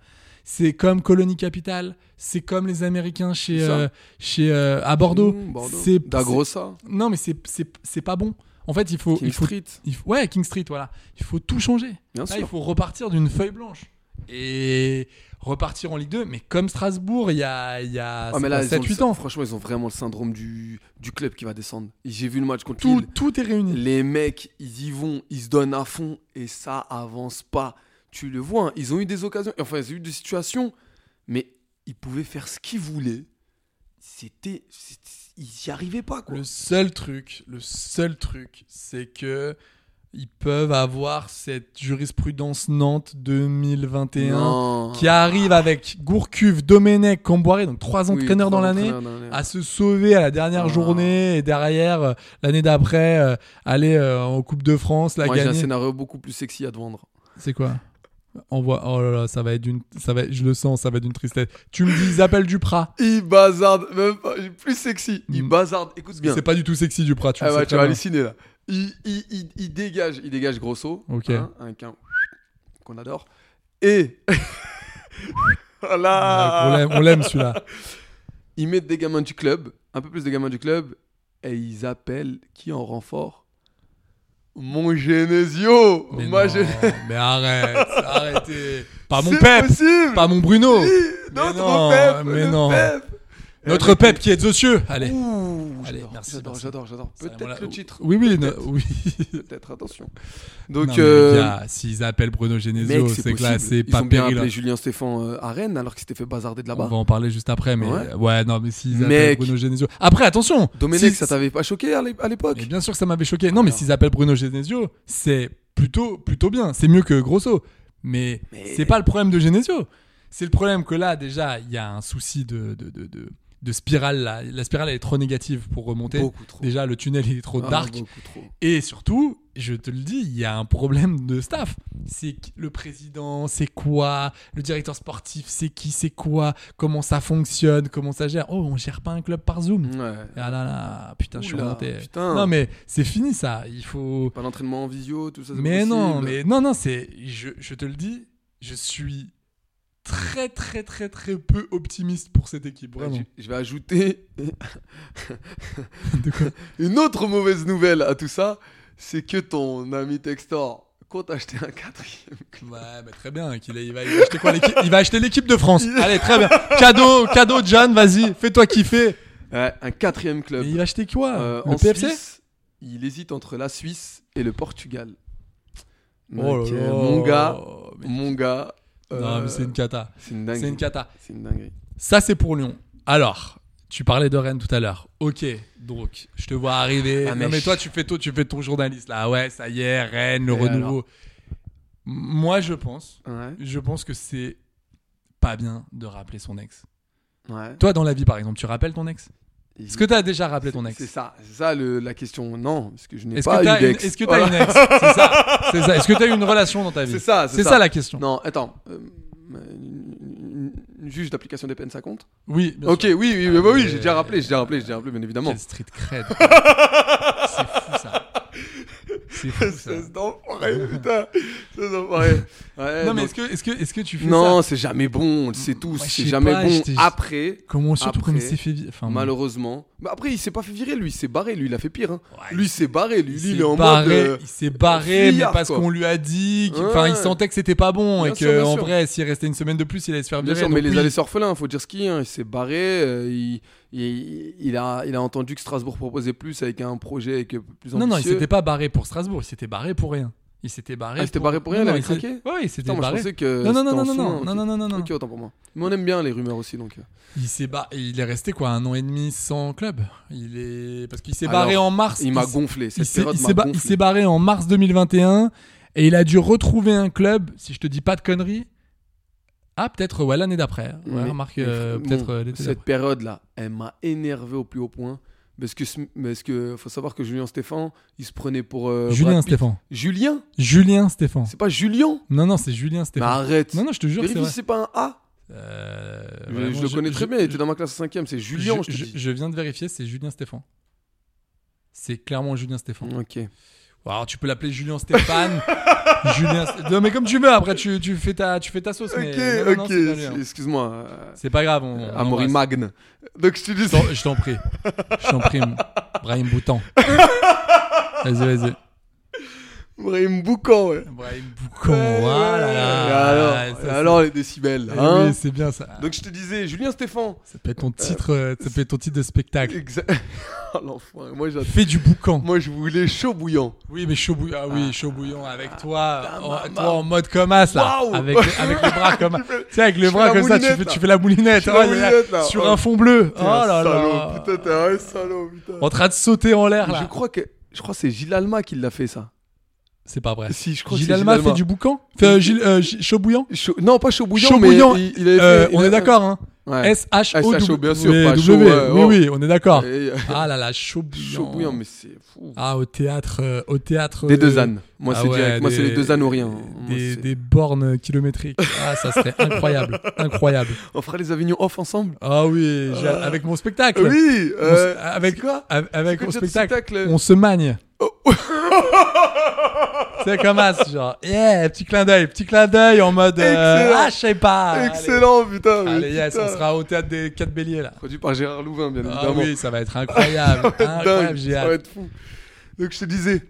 C'est comme Colonie Capital, c'est comme les Américains chez, C'est ça. euh, chez euh, à Bordeaux. Mm, Bordeaux. C'est Dagrosa. c'est- Non, mais c'est c'est c'est pas bon. En fait, il faut King il faut- Street. il faut- ouais, King Street, voilà. Il faut tout changer. Bien Là, sûr. il faut repartir d'une feuille blanche et repartir en Ligue 2. Mais comme Strasbourg, il y a il y a Ah mais là, ils ont le- 7-8 ans. franchement, ils ont vraiment le syndrome du, du club qui va descendre. Et J'ai vu le match contre Tout, Lille. tout est réuni. Les mecs, ils y vont, ils se donnent à fond et ça avance pas. Tu le vois, hein, ils ont eu des occasions, enfin ils ont eu des situations, mais ils pouvaient faire ce qu'ils voulaient. C'était, c'est- ils y arrivaient pas quoi. Le seul truc, le seul truc, c'est que ils peuvent avoir cette jurisprudence Nantes 2021 Non. qui arrive avec Gourcuff, Domenech, Camboiré, donc trois Oui, entraîneurs trois dans l'année, entraîneurs dans l'année. à se sauver à la dernière Ah. journée et derrière euh, l'année d'après euh, aller euh, en Coupe de France, la Moi j'ai un gagner. scénario beaucoup plus sexy à te vendre. C'est quoi Envoie. Oh là là, ça va être d'une, ça va, être- je le sens, ça va être d'une tristesse. Tu me dis, ils appellent Duprat. Il bazarde, même pas, il est plus sexy. Il Mm. bazarde, écoute bien. C'est pas du tout sexy Duprat. Tu Ah le sais ouais, tu très vas bien. halluciner là. Il, il, il, il dégage, il dégage grosso. Ok. Hein, un quin qu'on adore. Et voilà. Ah. On l'aime- on l'aime celui-là. Ils mettent des gamins du club, un peu plus de gamins du club, et ils appellent qui en renfort Mon Genesio. Mais, Moi, non, je- mais arrête, arrêtez. Pas mon C'est Pep, possible. Eh, pas mon Bruno. Oui, Mais Notre non, Pep. mais le non. Pep. Notre Pep qui est de cieux. Allez. Ouh, Allez, j'adore, merci, j'adore, merci. j'adore, j'adore. Ça, voilà, Peut-être le ou- titre. Oui, oui, Peut-être, non, oui. peut-être, attention. Non, Donc, mais euh, les gars, s'ils appellent Bruno Genesio, mec, c'est que là, possible. c'est Ils pas ont bien péril. hein. appelé Julien Stéphane euh, à Rennes alors qu'il s'était fait bazarder de On là-bas. va en parler juste après, mais Ouais. ouais, non, mais s'ils appellent Mec. Bruno Genesio. Après, attention. Domenech, si- ça t'avait pas choqué à l'é- à l'époque Mais bien sûr que ça m'avait choqué. Non, mais s'ils appellent Bruno Genesio, c'est plutôt, plutôt bien. C'est mieux que Grosso. Mais, c'est pas le problème de Genesio. C'est le problème que là, déjà, il y a un souci de, de, de, de- de spirale. Là. La spirale, elle est trop négative pour remonter. Beaucoup trop. Déjà, le tunnel, il est trop Ah, dark. beaucoup trop. Et surtout, je te le dis, il y a un problème de staff. C'est qui- le président, c'est quoi Le directeur sportif, c'est qui, c'est quoi Comment ça fonctionne Comment ça gère Oh, on gère pas un club par Zoom. Ouais. Ah là là, putain, je suis Mm. Oula, remonté. putain. Non, mais c'est fini ça. Il faut. Pas l'entraînement en visio, tout ça. c'est Mais non, possible. mais non, non, c'est. Je, je te le dis, je suis très, très, très, très peu optimiste pour cette équipe, vraiment. Je- Je vais ajouter De quoi une autre mauvaise nouvelle à tout ça c'est que ton ami Textor compte acheter un quatrième. Ouais, bah, très bien. qu'il ait- il, va, il va acheter quoi l'équipe Il va acheter l'équipe de France. Allez, très bien. Cadeau, cadeau, John, vas-y, fais-toi kiffer. Ouais, un quatrième club. Mais il va acheter quoi Euh, Le en PFC Suisse, il hésite entre la Suisse et le Portugal. Oh Mec, là euh, là, Mon gars, mais- mon gars. Non, euh, mais c'est une cata. c'est une dinguerie. C'est une cata. C'est une dinguerie. Ça, c'est pour Lyon. Alors, tu parlais de Rennes tout à l'heure. Ok, donc, je te vois arriver. Ah, non, mais mais je- toi, tu fais, ton- tu fais ton journaliste là. Ouais, ça y est, Rennes, le Et renouveau. alors Moi, je pense, Ouais. je pense que c'est pas bien de rappeler son ex. Ouais. Toi, dans la vie, par exemple, tu rappelles ton ex Est-ce que tu as déjà rappelé ton C'est ex ça, c'est ça le- la question. Non, parce que je n'ai Est-ce pas que t'as eu une, d'ex. est-ce que t'as Voilà. une ex C'est ça. C'est ça. Est-ce que t'as eu une relation dans ta vie C'est ça, C'est ça. la question. Non, attends. euh, une- une- une juge d'application des peines, ça compte Oui. bien Ok, sûr. oui, oui, bah, bah oui, j'ai déjà Euh, rappelé, j'ai déjà rappelé, j'ai déjà rappelé, bien évidemment. Quel street cred. c'est fou ça. C'est fou ça. C'est enfoiré, putain. C'est enfoiré. Ouais, Non mais donc- est-ce que, est-ce que, est-ce que tu fais non, ça c'est jamais bon, on le sait tous, je c'est sais jamais pas, bon. j'étais- Après, Comment surtout Après, comme il s'est fait vi- enfin, malheureusement. Bah après, il s'est pas fait virer, lui, il s'est barré, lui, il a fait pire. hein. Ouais, Lui, il s'est barré, lui, il lui, s'est il est en barré, mode. euh, il s'est barré fuyard, mais parce quoi. qu'on lui a dit qu'il- enfin il Ouais. sentait que c'était pas bon Bien et sûr, que bien en sûr. vrai s'il restait une semaine de Ah, plus il allait se faire Bien virer sûr, mais donc les oui. allées orphelins, faut dire ce qui, hein, il s'est barré, euh, il, il- il a, il a entendu que Strasbourg proposait plus avec un projet avec euh, plus ambitieux. Non non, il s'était pas barré pour Strasbourg, il s'était barré pour rien. Il s'était barré Ah, il s'était barré pour rien, Non, il avait s'est- craqué Ouais, il s'était Putain, moi, je barré. pensais que Non, non, non, c'était en non, non, sous-main, non, ok. non, non, non, non. Ok, autant pour moi. Mais on aime bien les rumeurs aussi, donc. euh. Il s'est bar- il est resté quoi un an et demi sans club. Il est parce qu'il s'est Alors, barré en mars. Il m'a s'est- gonflé, Ah, il cette s'est- période il m'a s'est ba- il gonflé. s'est barré en mars 2021 et il a dû retrouver un club. Si je te dis pas de conneries, Ah, peut-être ouais, l'année d'après. hein. Ouais, Mais- remarque, mais euh, fr- peut-être bon, euh, l'été Cette d'après. période-là, elle m'a énervé au plus haut point. Parce que, ce- parce que faut savoir que Julien Stéphane, il se prenait pour. euh, Julien Brad Pitt. Stéphane. Julien Julien Stéphane. C'est pas Julien Non, non, c'est Julien Mais Stéphane. arrête non, non, je te jure, c'est Vérifie vrai. si c'est pas un A Euh, Je, vraiment, je le connais très bien, il était dans ma classe 5ème, c'est Julien, je, te je, je- dis. je viens de vérifier, c'est Julien Stéphane. C'est clairement Julien Stéphane. Ok. Alors, Ah, tu peux l'appeler Julien Stéphane. Julien. Sté- Non, mais comme tu veux, après, tu, tu fais, ta, tu fais ta sauce. mais non, non, ok, non, ok, c'est bien lui, hein. c'est- excuse-moi. euh, C'est pas grave. On, on Amaury embrasse. Magne. Donc je te dis. Je t'en- Je t'en prie. Je t'en prie, mon- Brahim Boutan. Vas-y, vas-y. Brahim Boucan, ouais. Brahim Boucan. Ouais, ah là ouais. là. Et alors, Ça, et c'est- alors les décibels. Eh hein oui, c'est bien ça. Donc je te disais, Julien Stéphane. ça peut être ton titre, euh, ça peut être ton titre de spectacle. Exa- oh, l'enfoiré, moi j'adore. Fais du boucan. Moi je voulais chaud bouillant. Oui, mais chaud bouillant. Ah oui, chaud bouillant avec toi, en, toi en mode comme as là, Ah, Waouh avec avec le bras comme, tu sais, avec le je bras fais la comme ça, tu moulinette, fais, là. tu fais la moulinette, Je fais la Oh, là là, moulinette, là. sur Oh. un fond bleu. Oh T'es un là salaud, là, putain, t'es un salaud, putain. en train de sauter en l'air Je là. crois que je crois que c'est Gilles Alma qui l'a fait ça. C'est pas vrai. Si, je crois que Gilles c'est Alma fait Alma. du boucan, fait euh, Gilles, euh, Gilles- chaud bouillant. Chaud- Non, pas chaud bouillant, Chaud mais bouillant, il- il avait Euh, fait- il on a- est d'accord, hein. Ouais. S H O S-H-O, W. bien sûr, pas chaud, W, ouais, oui, oh. oui, on est d'accord. Et- Ah là là, chaud bouillant. Chaud bouillant, mais c'est fou. Ah, au théâtre. euh, au théâtre Des deux euh, ânes. Moi, ah c'est ouais, direct. Moi, c'est des- les deux ânes ou rien. des- Moi, Des, c'est- des bornes kilométriques. Ah, ça serait incroyable. incroyable. On fera les Avignon off ensemble Ah oui, j'ai- avec mon spectacle. Oui On euh, se- avec c'est quoi av- Avec C'est mon quoi le spectacle, spectacle euh? Oh. on se magne. C'est comme as, genre, yeah, petit clin d'œil, petit clin d'œil en mode, euh, Excellent. ah, je sais pas. allez. euh, Excellent, putain mais Allez, yes, putain. on sera au théâtre des 4 béliers là. Produit par Gérard Louvain, bien Ah évidemment. oui, ça va être incroyable. Dingue, incroyable, j'ai Ah ça va hâte. être fou. Donc, je te disais,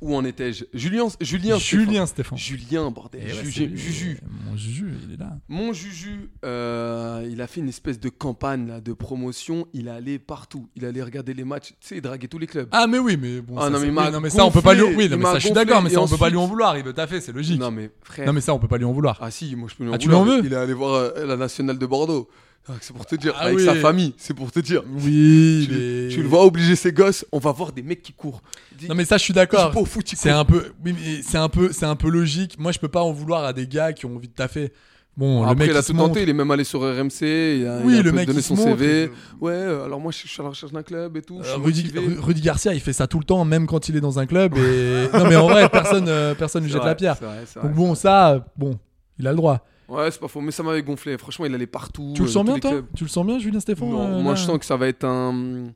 où en étais-je Julien, Julien, Julien Stéphane. Julien, bordel, Eh ouais, Juju- c'est lui. Juju. Mon Juju, il est là. Mon Juju, euh, il a fait une espèce de campagne là, de promotion. Il allait partout. Il allait regarder les matchs. Tu sais, il draguait tous les clubs. Ah mais oui, mais bon, Ah ça, non, c'est- mais il m'a oui, non, mais ça on peut pas lui, gonflé, oui, non, il mais m'a ça je suis gonflé, d'accord, mais et ça on peut pas ensuite- lui en vouloir, il veut taffer, c'est logique. Non, mais frère. Non mais ça on peut pas lui en vouloir. Ah si, moi je peux lui en Ah, tu vouloir. lui en veux Il est allé voir euh, la nationale de Bordeaux. Ah, C'est pour te dire, Ah avec oui. sa famille, c'est pour te dire. Oui, Tu, mais tu le vois obliger ses gosses, on va voir des mecs qui courent. Dis- Non mais ça je suis d'accord. Ils jouent pas au foot, ils C'est courent. un peu oui, mais c'est un peu c'est un peu logique. Moi je peux pas en vouloir à des gars qui ont envie de taffer. Bon, Après, le mec il a il tout se tenté, montre. il est même allé sur RMC, il a, Oui, il a un le peu mec, donné il se son montre, CV. je- Ouais, euh, alors moi je suis à la recherche d'un club et tout. je Euh, suis Rudy, motivé. Ru- Rudy Garcia, il fait ça tout le temps, même quand il est dans un club. Et... non, mais en vrai, personne, euh, personne lui C'est jette vrai, la pierre. c'est vrai, c'est Donc vrai. bon, ça, euh, bon, il a le droit. Ouais, c'est pas faux, mais ça m'avait gonflé. Franchement, il allait partout. Tu le euh, sens tous bien, les toi clubs. Tu le sens bien, Julien Stéphane Non, euh, Moi là je sens que ça va être un.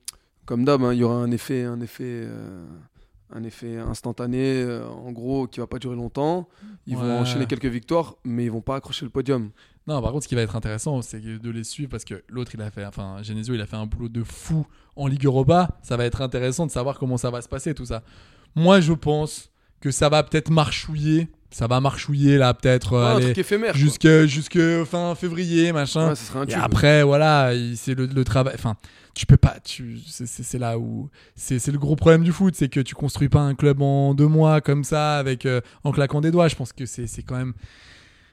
Comme d'hab, hein, il y aura un effet, un effet. euh, Un effet instantané, euh, en gros, qui va pas durer longtemps. Ils Ouais. vont enchaîner quelques victoires, mais ils vont pas accrocher le podium. Non, par contre, ce qui va être intéressant, c'est de les suivre parce que l'autre, il a fait, enfin, Genesio, il a fait un boulot de fou en Ligue Europa. Ça va être intéressant de savoir comment ça va se passer, tout ça. Moi, je pense que ça va peut-être marchouiller. Ça va marchouiller, là, peut-être. euh, Ah, un allez, truc éphémère. quoi. jusque, jusque fin février, machin. Ouais, ça serait un Et tube. après, voilà, il- c'est le, le travail. Enfin, tu peux pas. Tu, c'est, c'est- c'est là où c'est, c'est le gros problème du foot, c'est que tu construis pas un club en deux mois comme ça, avec euh, en claquant des doigts. Je pense que c'est, c'est quand même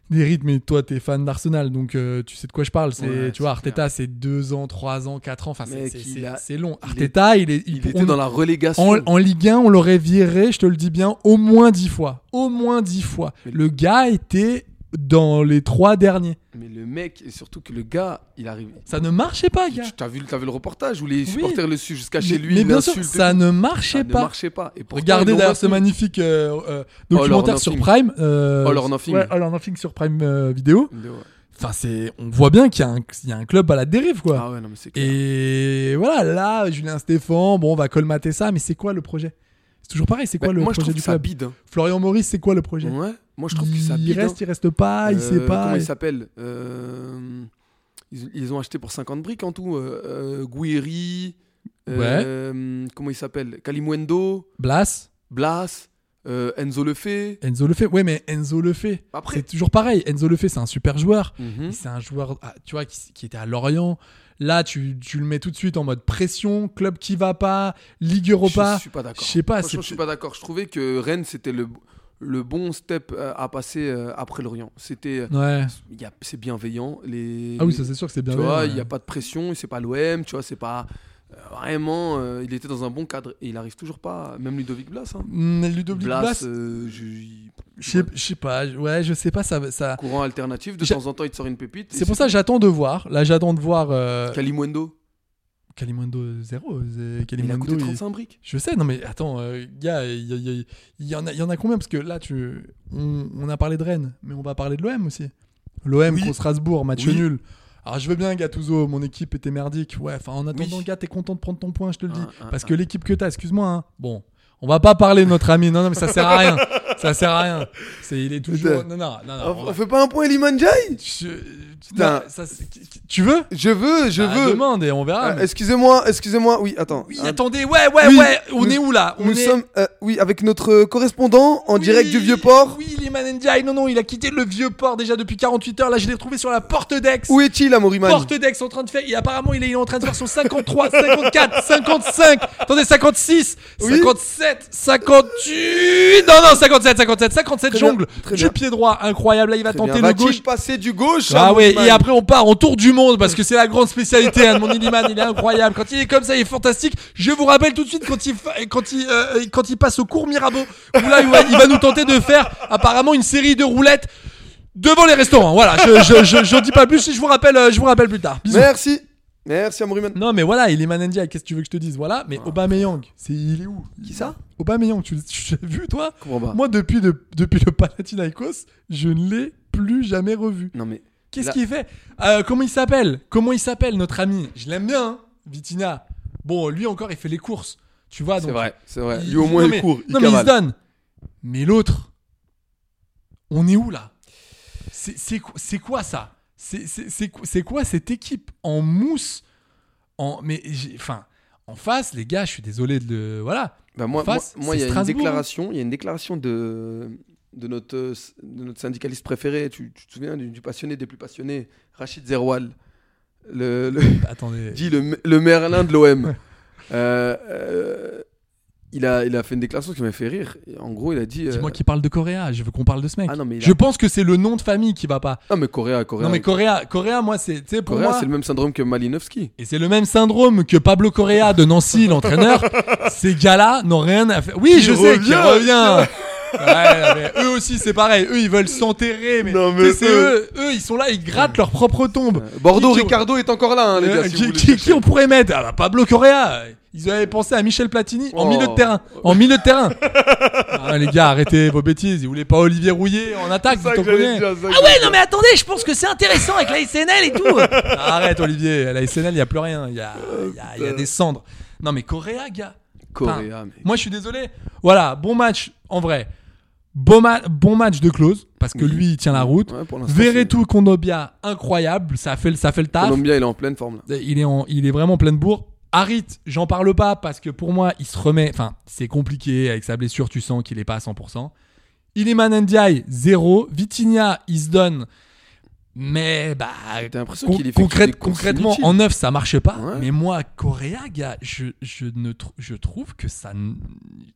des rythmes. Et toi, t'es fan d'Arsenal, donc euh, tu sais de quoi je parle. C'est, Ouais, tu vois, c'est Arteta, c'est deux ans, trois ans, quatre ans. Enfin, c'est, Mec, c'est, il c'est- a- c'est long. il Arteta, il est, il- Il était on- dans la relégation. en, en Ligue 1, on l'aurait viré, je te le dis bien, au moins dix fois. Au moins dix fois. Mais- Le gars était dans les trois derniers. Mais le mec, et surtout que le gars, il arrive. Ça ne marchait pas, Tu gars. as vu, t'as vu le reportage où les supporters le suivent jusqu'à Mais- Ah, chez lui. Mais il bien sûr, l'insulte et ça tout. ne Ça marchait ne pas. marchait pas. Et Oh, pourtant, ils Regardez l'ont d'ailleurs ce maintenu. magnifique euh, euh, documentaire sur Nothing. Prime. euh, All or Nothing. ouais, All or Nothing sur Prime euh, vidéo. Ouais. Enfin, c'est, on voit bien qu'il y a un, il y a un club à la dérive, quoi. Ah ouais, non, mais c'est clair. Et voilà, là, Julien Stéphane, bon, on va colmater ça, mais c'est quoi le projet C'est toujours pareil, c'est quoi Bah, le moi, je projet trouve du que ça club bide. hein. Florian Maurice, c'est quoi le projet Ouais. Moi, je trouve que ça Il bide. reste, hein. il reste pas, il sait Euh, pas. Comment et- il s'appelle Euh, ils, ils ont acheté pour 50 briques en tout. Euh, euh, Gouiri. euh, Comment il s'appelle Kalimwendo. Blas, Blas. euh, Enzo Lefebvre. Enzo le fait. Ouais, mais Enzo le fait. Après- C'est toujours pareil. Enzo le fait, c'est un super joueur. Mhm. Et C'est un joueur, ah, tu vois, qui, qui était à Lorient. Là, tu, tu le mets tout de suite en mode pression, club qui va pas, Ligue Europa. Je suis pas d'accord. Je sais pas. Franchement, c'est- je suis pas d'accord. Je trouvais que Rennes c'était le le bon step euh, à passer euh, après Lorient. C'était euh, Ouais. il y a- c'est bienveillant les Ah oui, les- ça c'est sûr que c'est bien. tu vois, ouais. il n'y a pas de pression, c'est pas l'OM, tu vois, c'est pas euh, vraiment, euh, il était dans un bon cadre et il arrive toujours pas, même Ludovic Blas. hein. Mm, Ludovic Blas, Blas, euh, je- je- je sais- je sais pas, ouais, je sais pas, ça. ça... courant alternatif, de J'ai- temps en temps il te sort une pépite. C'est pour ça que j'attends de voir. Là, j'attends de voir. euh, Calimundo, Kalimundo 0. il a Kalimundo. coûté 35 briques. Je sais, non mais attends, euh, gars, il y, a- il y a- il y en a- il y en a combien Parce que là, tu, on, on a parlé de Rennes, mais on va parler de l'OM aussi. L'OM Oui. contre Strasbourg, match Oui. nul. Alors je veux bien, Gattuso, mon équipe était merdique. Ouais, enfin en attendant, Oui. gars, t'es content de prendre ton point, je te le dis. Ah, ah, Parce ah. que l'équipe que t'as, excuse-moi, hein, bon, on va pas parler de notre ami. Non, non, mais ça sert à rien. ça sert à rien. C'est, il est toujours. Non, non, non. non, on va- Ah, fait pas un point Limanjai Je- Oh, Putain. non, ça, c'est- tu veux Je veux, je Bah, Demande et on verra. mais- excusez-moi, excusez-moi. Oui, attends. Oui, attendez, ouais, ouais, Oui, ouais, on nous- euh, est où là Ah, on est... oui, avec notre correspondant en Oui, Oui, Liman Ndiaye, non, non, il a quitté le vieux port déjà depuis 48 heures. Là, je l'ai retrouvé sur la porte d'Aix. est-il, Amoriman Porte d'Aix en train de faire. Et apparemment, il est il est en train de faire son 53, 54, 55. Attendez, 56, Oui. 57, 58. Non, non, 57, 57, 57. Très bien, jongle très du bien. pied droit. Incroyable. Là, il va Très bien. tenter le Va-t-il gauche. passer du gauche Ah ouais, Amoriman et après on part en tour du monde parce que c'est la grande spécialité hein, de mon Illiman, il est incroyable. Quand il est comme ça, il est fantastique. Je vous rappelle tout de suite quand il fa- quand il euh, quand il passe au cours Mirabeau où là il va, il va nous tenter de faire apparemment une série de roulettes devant les restaurants. Voilà, je je je, je dis pas plus, je vous rappelle euh, je vous rappelle plus tard. Bisous. Merci. Merci, Amoriman. Non mais voilà, il est Manandia, qu'est-ce que tu veux que je te dise Voilà, mais Aubameyang, c'est il est où Ah. Qui ça Aubameyang, tu, l'as- tu l'as vu toi Comprends pas. Moi depuis de- depuis le Panathinaikos, je ne l'ai plus jamais revu. Non, mais. Qu'est-ce Là- qu'il fait Euh, Comment il s'appelle Comment il s'appelle notre ami Je l'aime bien, hein, Vitina. Bon, lui encore, il fait les courses. Tu vois, C'est donc- vrai, c'est vrai. Il- Lui, au moins, non, il mais- court. Non, il mais il se cavale. donne. Mais l'autre, on est où là C'est- C'est quoi- c'est quoi ça C'est- C'est c'est quoi- c'est quoi cette équipe en mousse en, mais j'ai- enfin, en face, les gars, je suis désolé de le. Voilà. Bah, moi, En face, moi, moi, il y c'est a une Strasbourg, déclaration, il y a une déclaration de, de, notre, euh, de notre syndicaliste préféré. Tu, tu te souviens du, du passionné des plus passionnés, Rachid Zeroual, le, le- Attendez. dit le, le Merlin de l'OM. Euh, euh, il, a, il a fait une déclaration qui m'a fait rire. Et En gros, il a dit. euh, Dis-moi qui parle de Correa, je veux qu'on parle de ce mec. Ah non, mais il a- je pense que c'est le nom de famille qui va pas. Non, mais Correa, Correa. Non mais Correa, Correa moi c'est tu sais, pour Correa, moi c'est le même syndrome que Malinowski. et c'est le même syndrome que Pablo Correa de Nancy l'entraîneur. Ces gars-là n'ont rien à faire. Oui, Qui je sais revient, qui revient. Ouais, mais eux aussi c'est pareil, eux ils veulent s'enterrer mais, Non, tu sais, mais Euh, c'est eux... eux ils sont là, ils grattent leur propre tombe. Bordeaux, Qui- qui- Ricardo est encore là, hein, les gars. Euh, si vous qui, voulez qui- chercher. qui on pourrait mettre Ah bah Pablo Correa Ils avaient pensé à Michel Platini en Oh. milieu de terrain. En milieu de terrain Ah, Les gars, arrêtez vos bêtises. Ils voulaient pas Olivier Rouillet en attaque, C'est ça vous que j'allais comprenez dire, c'est ça que Ah ouais, non mais attendez, je pense que c'est intéressant avec la SNL et tout Ah, Arrête Olivier, à la SNL, il y a plus rien. Il y a, il y a- il y a des cendres. Non mais Correa, gars Correa, Enfin, mec. Moi, je suis désolé. Voilà, bon match en vrai. Bon, ma- bon match de close parce que Oui. lui il tient la route. Ouais, pour l'instant, Verrez c'est- tout Kondobia incroyable, ça fait le- ça fait le taf. Colombia, il est en pleine forme là. Il est, en- il est vraiment plein de bourre. Harit, j'en parle pas parce que pour moi, il se remet. Enfin, c'est compliqué. Avec sa blessure, tu sens qu'il est pas à 100%. Iliman Ndiaye, 0. Vitinha, il se donne. Mais bah, T'as l'impression con- qu'il effectue concrète- des courses concrètement, inutiles. en 9, ça marche pas. Ouais. Mais moi, Correa, gars, je, je, ne tr- je trouve que ça. n-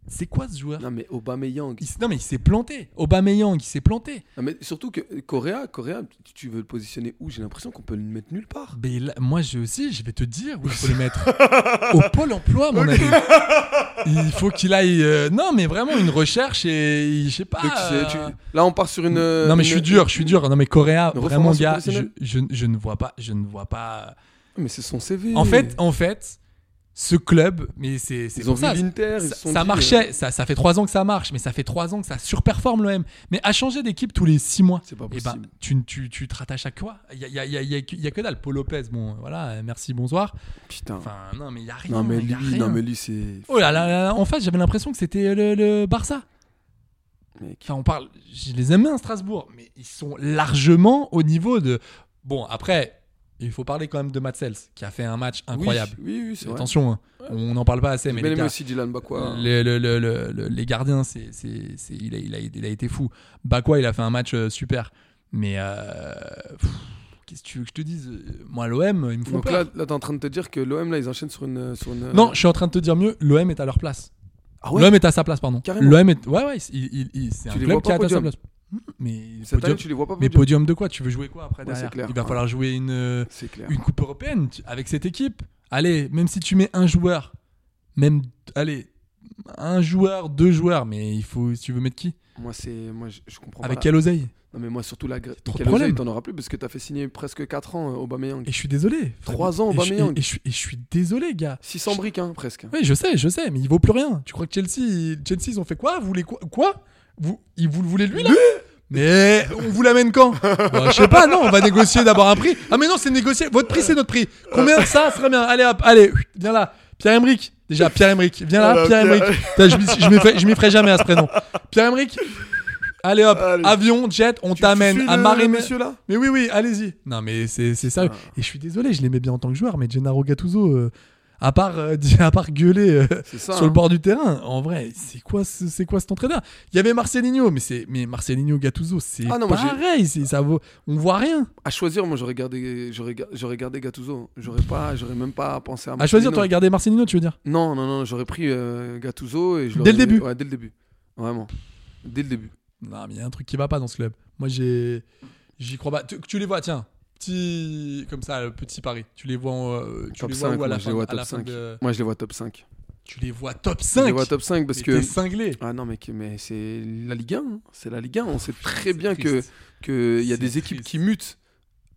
C'est quoi ce joueur Non, mais Aubameyang. Il s- Non, mais il s'est planté. Aubameyang, il s'est planté. Non, mais surtout que Correa, Correa, tu- tu veux le positionner où J'ai l'impression qu'on peut le mettre nulle part. Mais là, moi, je aussi, je vais te dire où il faut le mettre. Au pôle emploi, mon ami. Il faut qu'il aille. euh, non, mais vraiment une recherche et il- je sais pas. Donc, c'est- tu- euh, Là, on part sur une. Non, mais je une- suis dur, je suis dur. Non, mais Correa, Une vraiment, reformation gars, je, professionnelle je, je ne vois pas. Je ne vois pas. Mais c'est son CV. En fait, en fait, ce club, mais c'est. c'est Ils pour ont vu ça. l'Inter, ils Ça, se sont ça dit, euh, marchait, ça, ça fait trois ans que ça marche, mais ça fait trois ans que ça surperforme l'OM. Mais à changer d'équipe tous les six mois, C'est pas eh ben, possible. tu, tu, tu te rattaches à quoi Il y a, il y a- il y a- il y a que- il y a que dalle. Paul Lopez, bon, voilà, euh, merci, bonsoir. putain. Enfin, non, mais il y a rien. non, mais il y a lui, rien. non, mais lui, c'est. Oh là là, là, là, en face, j'avais l'impression que c'était le, le Barça. Mec. Enfin, on parle, je les aime bien, Strasbourg, mais ils sont largement au niveau de. Bon, après, il faut parler quand même de Matsels, qui a fait un match Oui, incroyable. Oui, oui, c'est vrai. Attention, hein, on n'en parle pas assez, mais Mais les, aimé gars, aussi Dylan Bakwa. le- le- le- le- le- les gardiens, c'est, c'est, c'est- il, a, il a- il a été fou. Bakwa, il a fait un match euh, super. Mais euh, pff, qu'est-ce que tu veux que je te dise euh, Moi, l'OM, ils me font Donc peur. là, euh, là, t'es en train de te dire que l'OM, là, ils enchaînent sur une. euh, Sur une... Non, je suis en train de te dire mieux, l'OM est à leur place. Ah ouais L'OM est à sa place, pardon. Carrément. L'OM est. Ouais, ouais, il- il- il- c'est un Tu les club vois qui est pas à sa podium. place. Mmh, Mais Cette podium, année, tu les vois pas mais podium. podium de quoi Tu veux jouer quoi après Ouais, derrière c'est clair. Il va falloir jouer une, euh, C'est clair. une Coupe européenne tu- avec cette équipe. Allez, même si tu mets un joueur, même, allez, un joueur, deux joueurs, mais il faut, si tu veux mettre qui Moi, c'est, moi je, je comprends Avec pas. la- quelle oseille Non, mais moi, surtout la grève. trop de Quel oseille, problèmes. t'en auras plus parce que t'as fait signer presque 4 ans euh, Aubameyang. Et je suis désolé. Trois ans, Et je- Aubameyang. Et, et je suis- et je suis désolé, gars. 600 briques, hein, presque. Oui, je sais, je sais, mais il vaut plus rien. Tu crois que Chelsea, ils- Chelsea ils ont fait quoi Vous voulez quoi Quoi vous, ils, vous le voulez lui là Mais on vous l'amène quand Bah, Je sais pas, non, on va négocier d'abord un prix. Ah mais non, c'est négocier. Votre prix, c'est notre prix. Combien ça Très bien. Allez, hop, allez, viens là. Pierre Emerick. Déjà, Pierre Emerick. Viens là, Voilà, Pierre Pierre- Emerick. Putain, Je m'y- je m'y ferai- je m'y ferai jamais à ce prénom. Pierre Emerick. Allez hop, Allez. avion, jet, on t'amène à Marie Marais. messieurs là Ah. Mais oui, oui, allez-y. Non, mais c'est c'est sérieux. Et je suis désolé, je l'aimais bien en tant que joueur, mais Gennaro Gattuso, euh, à, part, euh, di- à part gueuler euh, C'est ça, sur le hein. bord du terrain, en vrai, c'est quoi, ce- c'est quoi cet entraîneur Il y avait Marcelinho, mais, c'est- mais Marcelinho Gattuso, c'est Ah non, moi, j'ai- Ah, pareil, c'est- ça vaut, on voit rien. À choisir, moi, j'aurais gardé, j'aurais, ga- j'aurais gardé Gattuso. J'aurais pas, j'aurais même pas pensé à. À choisir, tu Marcelino. aurais gardé Marcelinho, tu veux dire Non, non, non, j'aurais pris euh, Gattuso et je Dès le l'aurais- début. Ouais, dès le début. Vraiment. Dès le début. Non, mais il y a un truc qui va pas dans ce club. Moi, j'ai, j'y crois pas. Tu, tu les vois, tiens, petit, comme ça, le petit pari. Tu les vois, en, euh, tu top les 5, vois où à la moi, je fin, les vois à la top fin 5. de- Moi, je les vois top 5. Tu les vois top 5 Je les vois top 5 parce mais que. t'es cinglé. Ah non, mais, que- mais c'est la Ligue 1. hein. C'est la Ligue 1. On sait très C'est bien que triste. qu'il y a C'est des équipes triste. qui mutent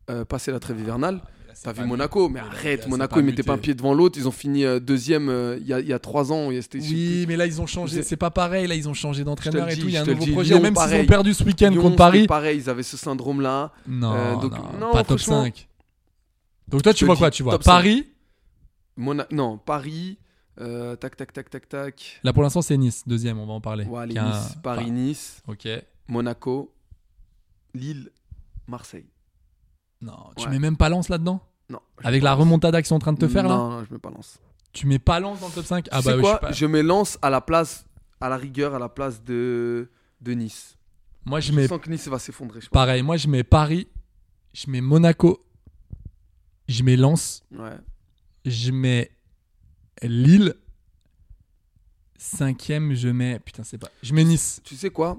euh, passer la trêve hivernale. Ah, Là, c'est T'as pas vu mieux. Monaco, mais Là, arrête, c'est Monaco, pas ils mettaient pas un muté. pied devant l'autre, ils ont fini euh, deuxième euh, il y, a, il y a trois ans. et c'était- je sais Oui, plus. mais là ils ont changé, C'est- c'est pas pareil, là ils ont changé d'entraîneur Je te et le tout, dis, il y a un je te le nouveau dis, projet, Lyon, même s'ils ont pareil. perdu ce week-end Lyon, contre c'était Paris. Pareil, ils avaient ce syndrome-là. Non, Euh, donc, non, non, pas top franchement, 5. Donc toi je tu te vois dis, quoi Tu vois top cinq. Paris, Mona- Non, Paris, euh, tac, tac, tac, tac, tac. là pour l'instant c'est Nice, deuxième, on va en parler. Ouais, allez, Qui a un- Nice, Paris, Nice, enfin, Ok. Monaco, Lille, Marseille. Non, tu Ouais. mets même Lens là-dedans Non. je Avec mets la pas remontada qu'ils sont en train de te Lens. faire là Non, non, je me balance. Tu mets Lens dans le top 5 Ah tu sais bah ouais, je quoi suis pas- Je mets Lens à la place, à la rigueur, à la place de, de Nice. Moi je Je mets sens que Nice va s'effondrer, je pense. pareil, moi je mets Paris, je mets Monaco, je mets Lens. Ouais. je mets Lille. Cinquième, je mets. Putain, c'est pas. Je mets Nice. Tu sais quoi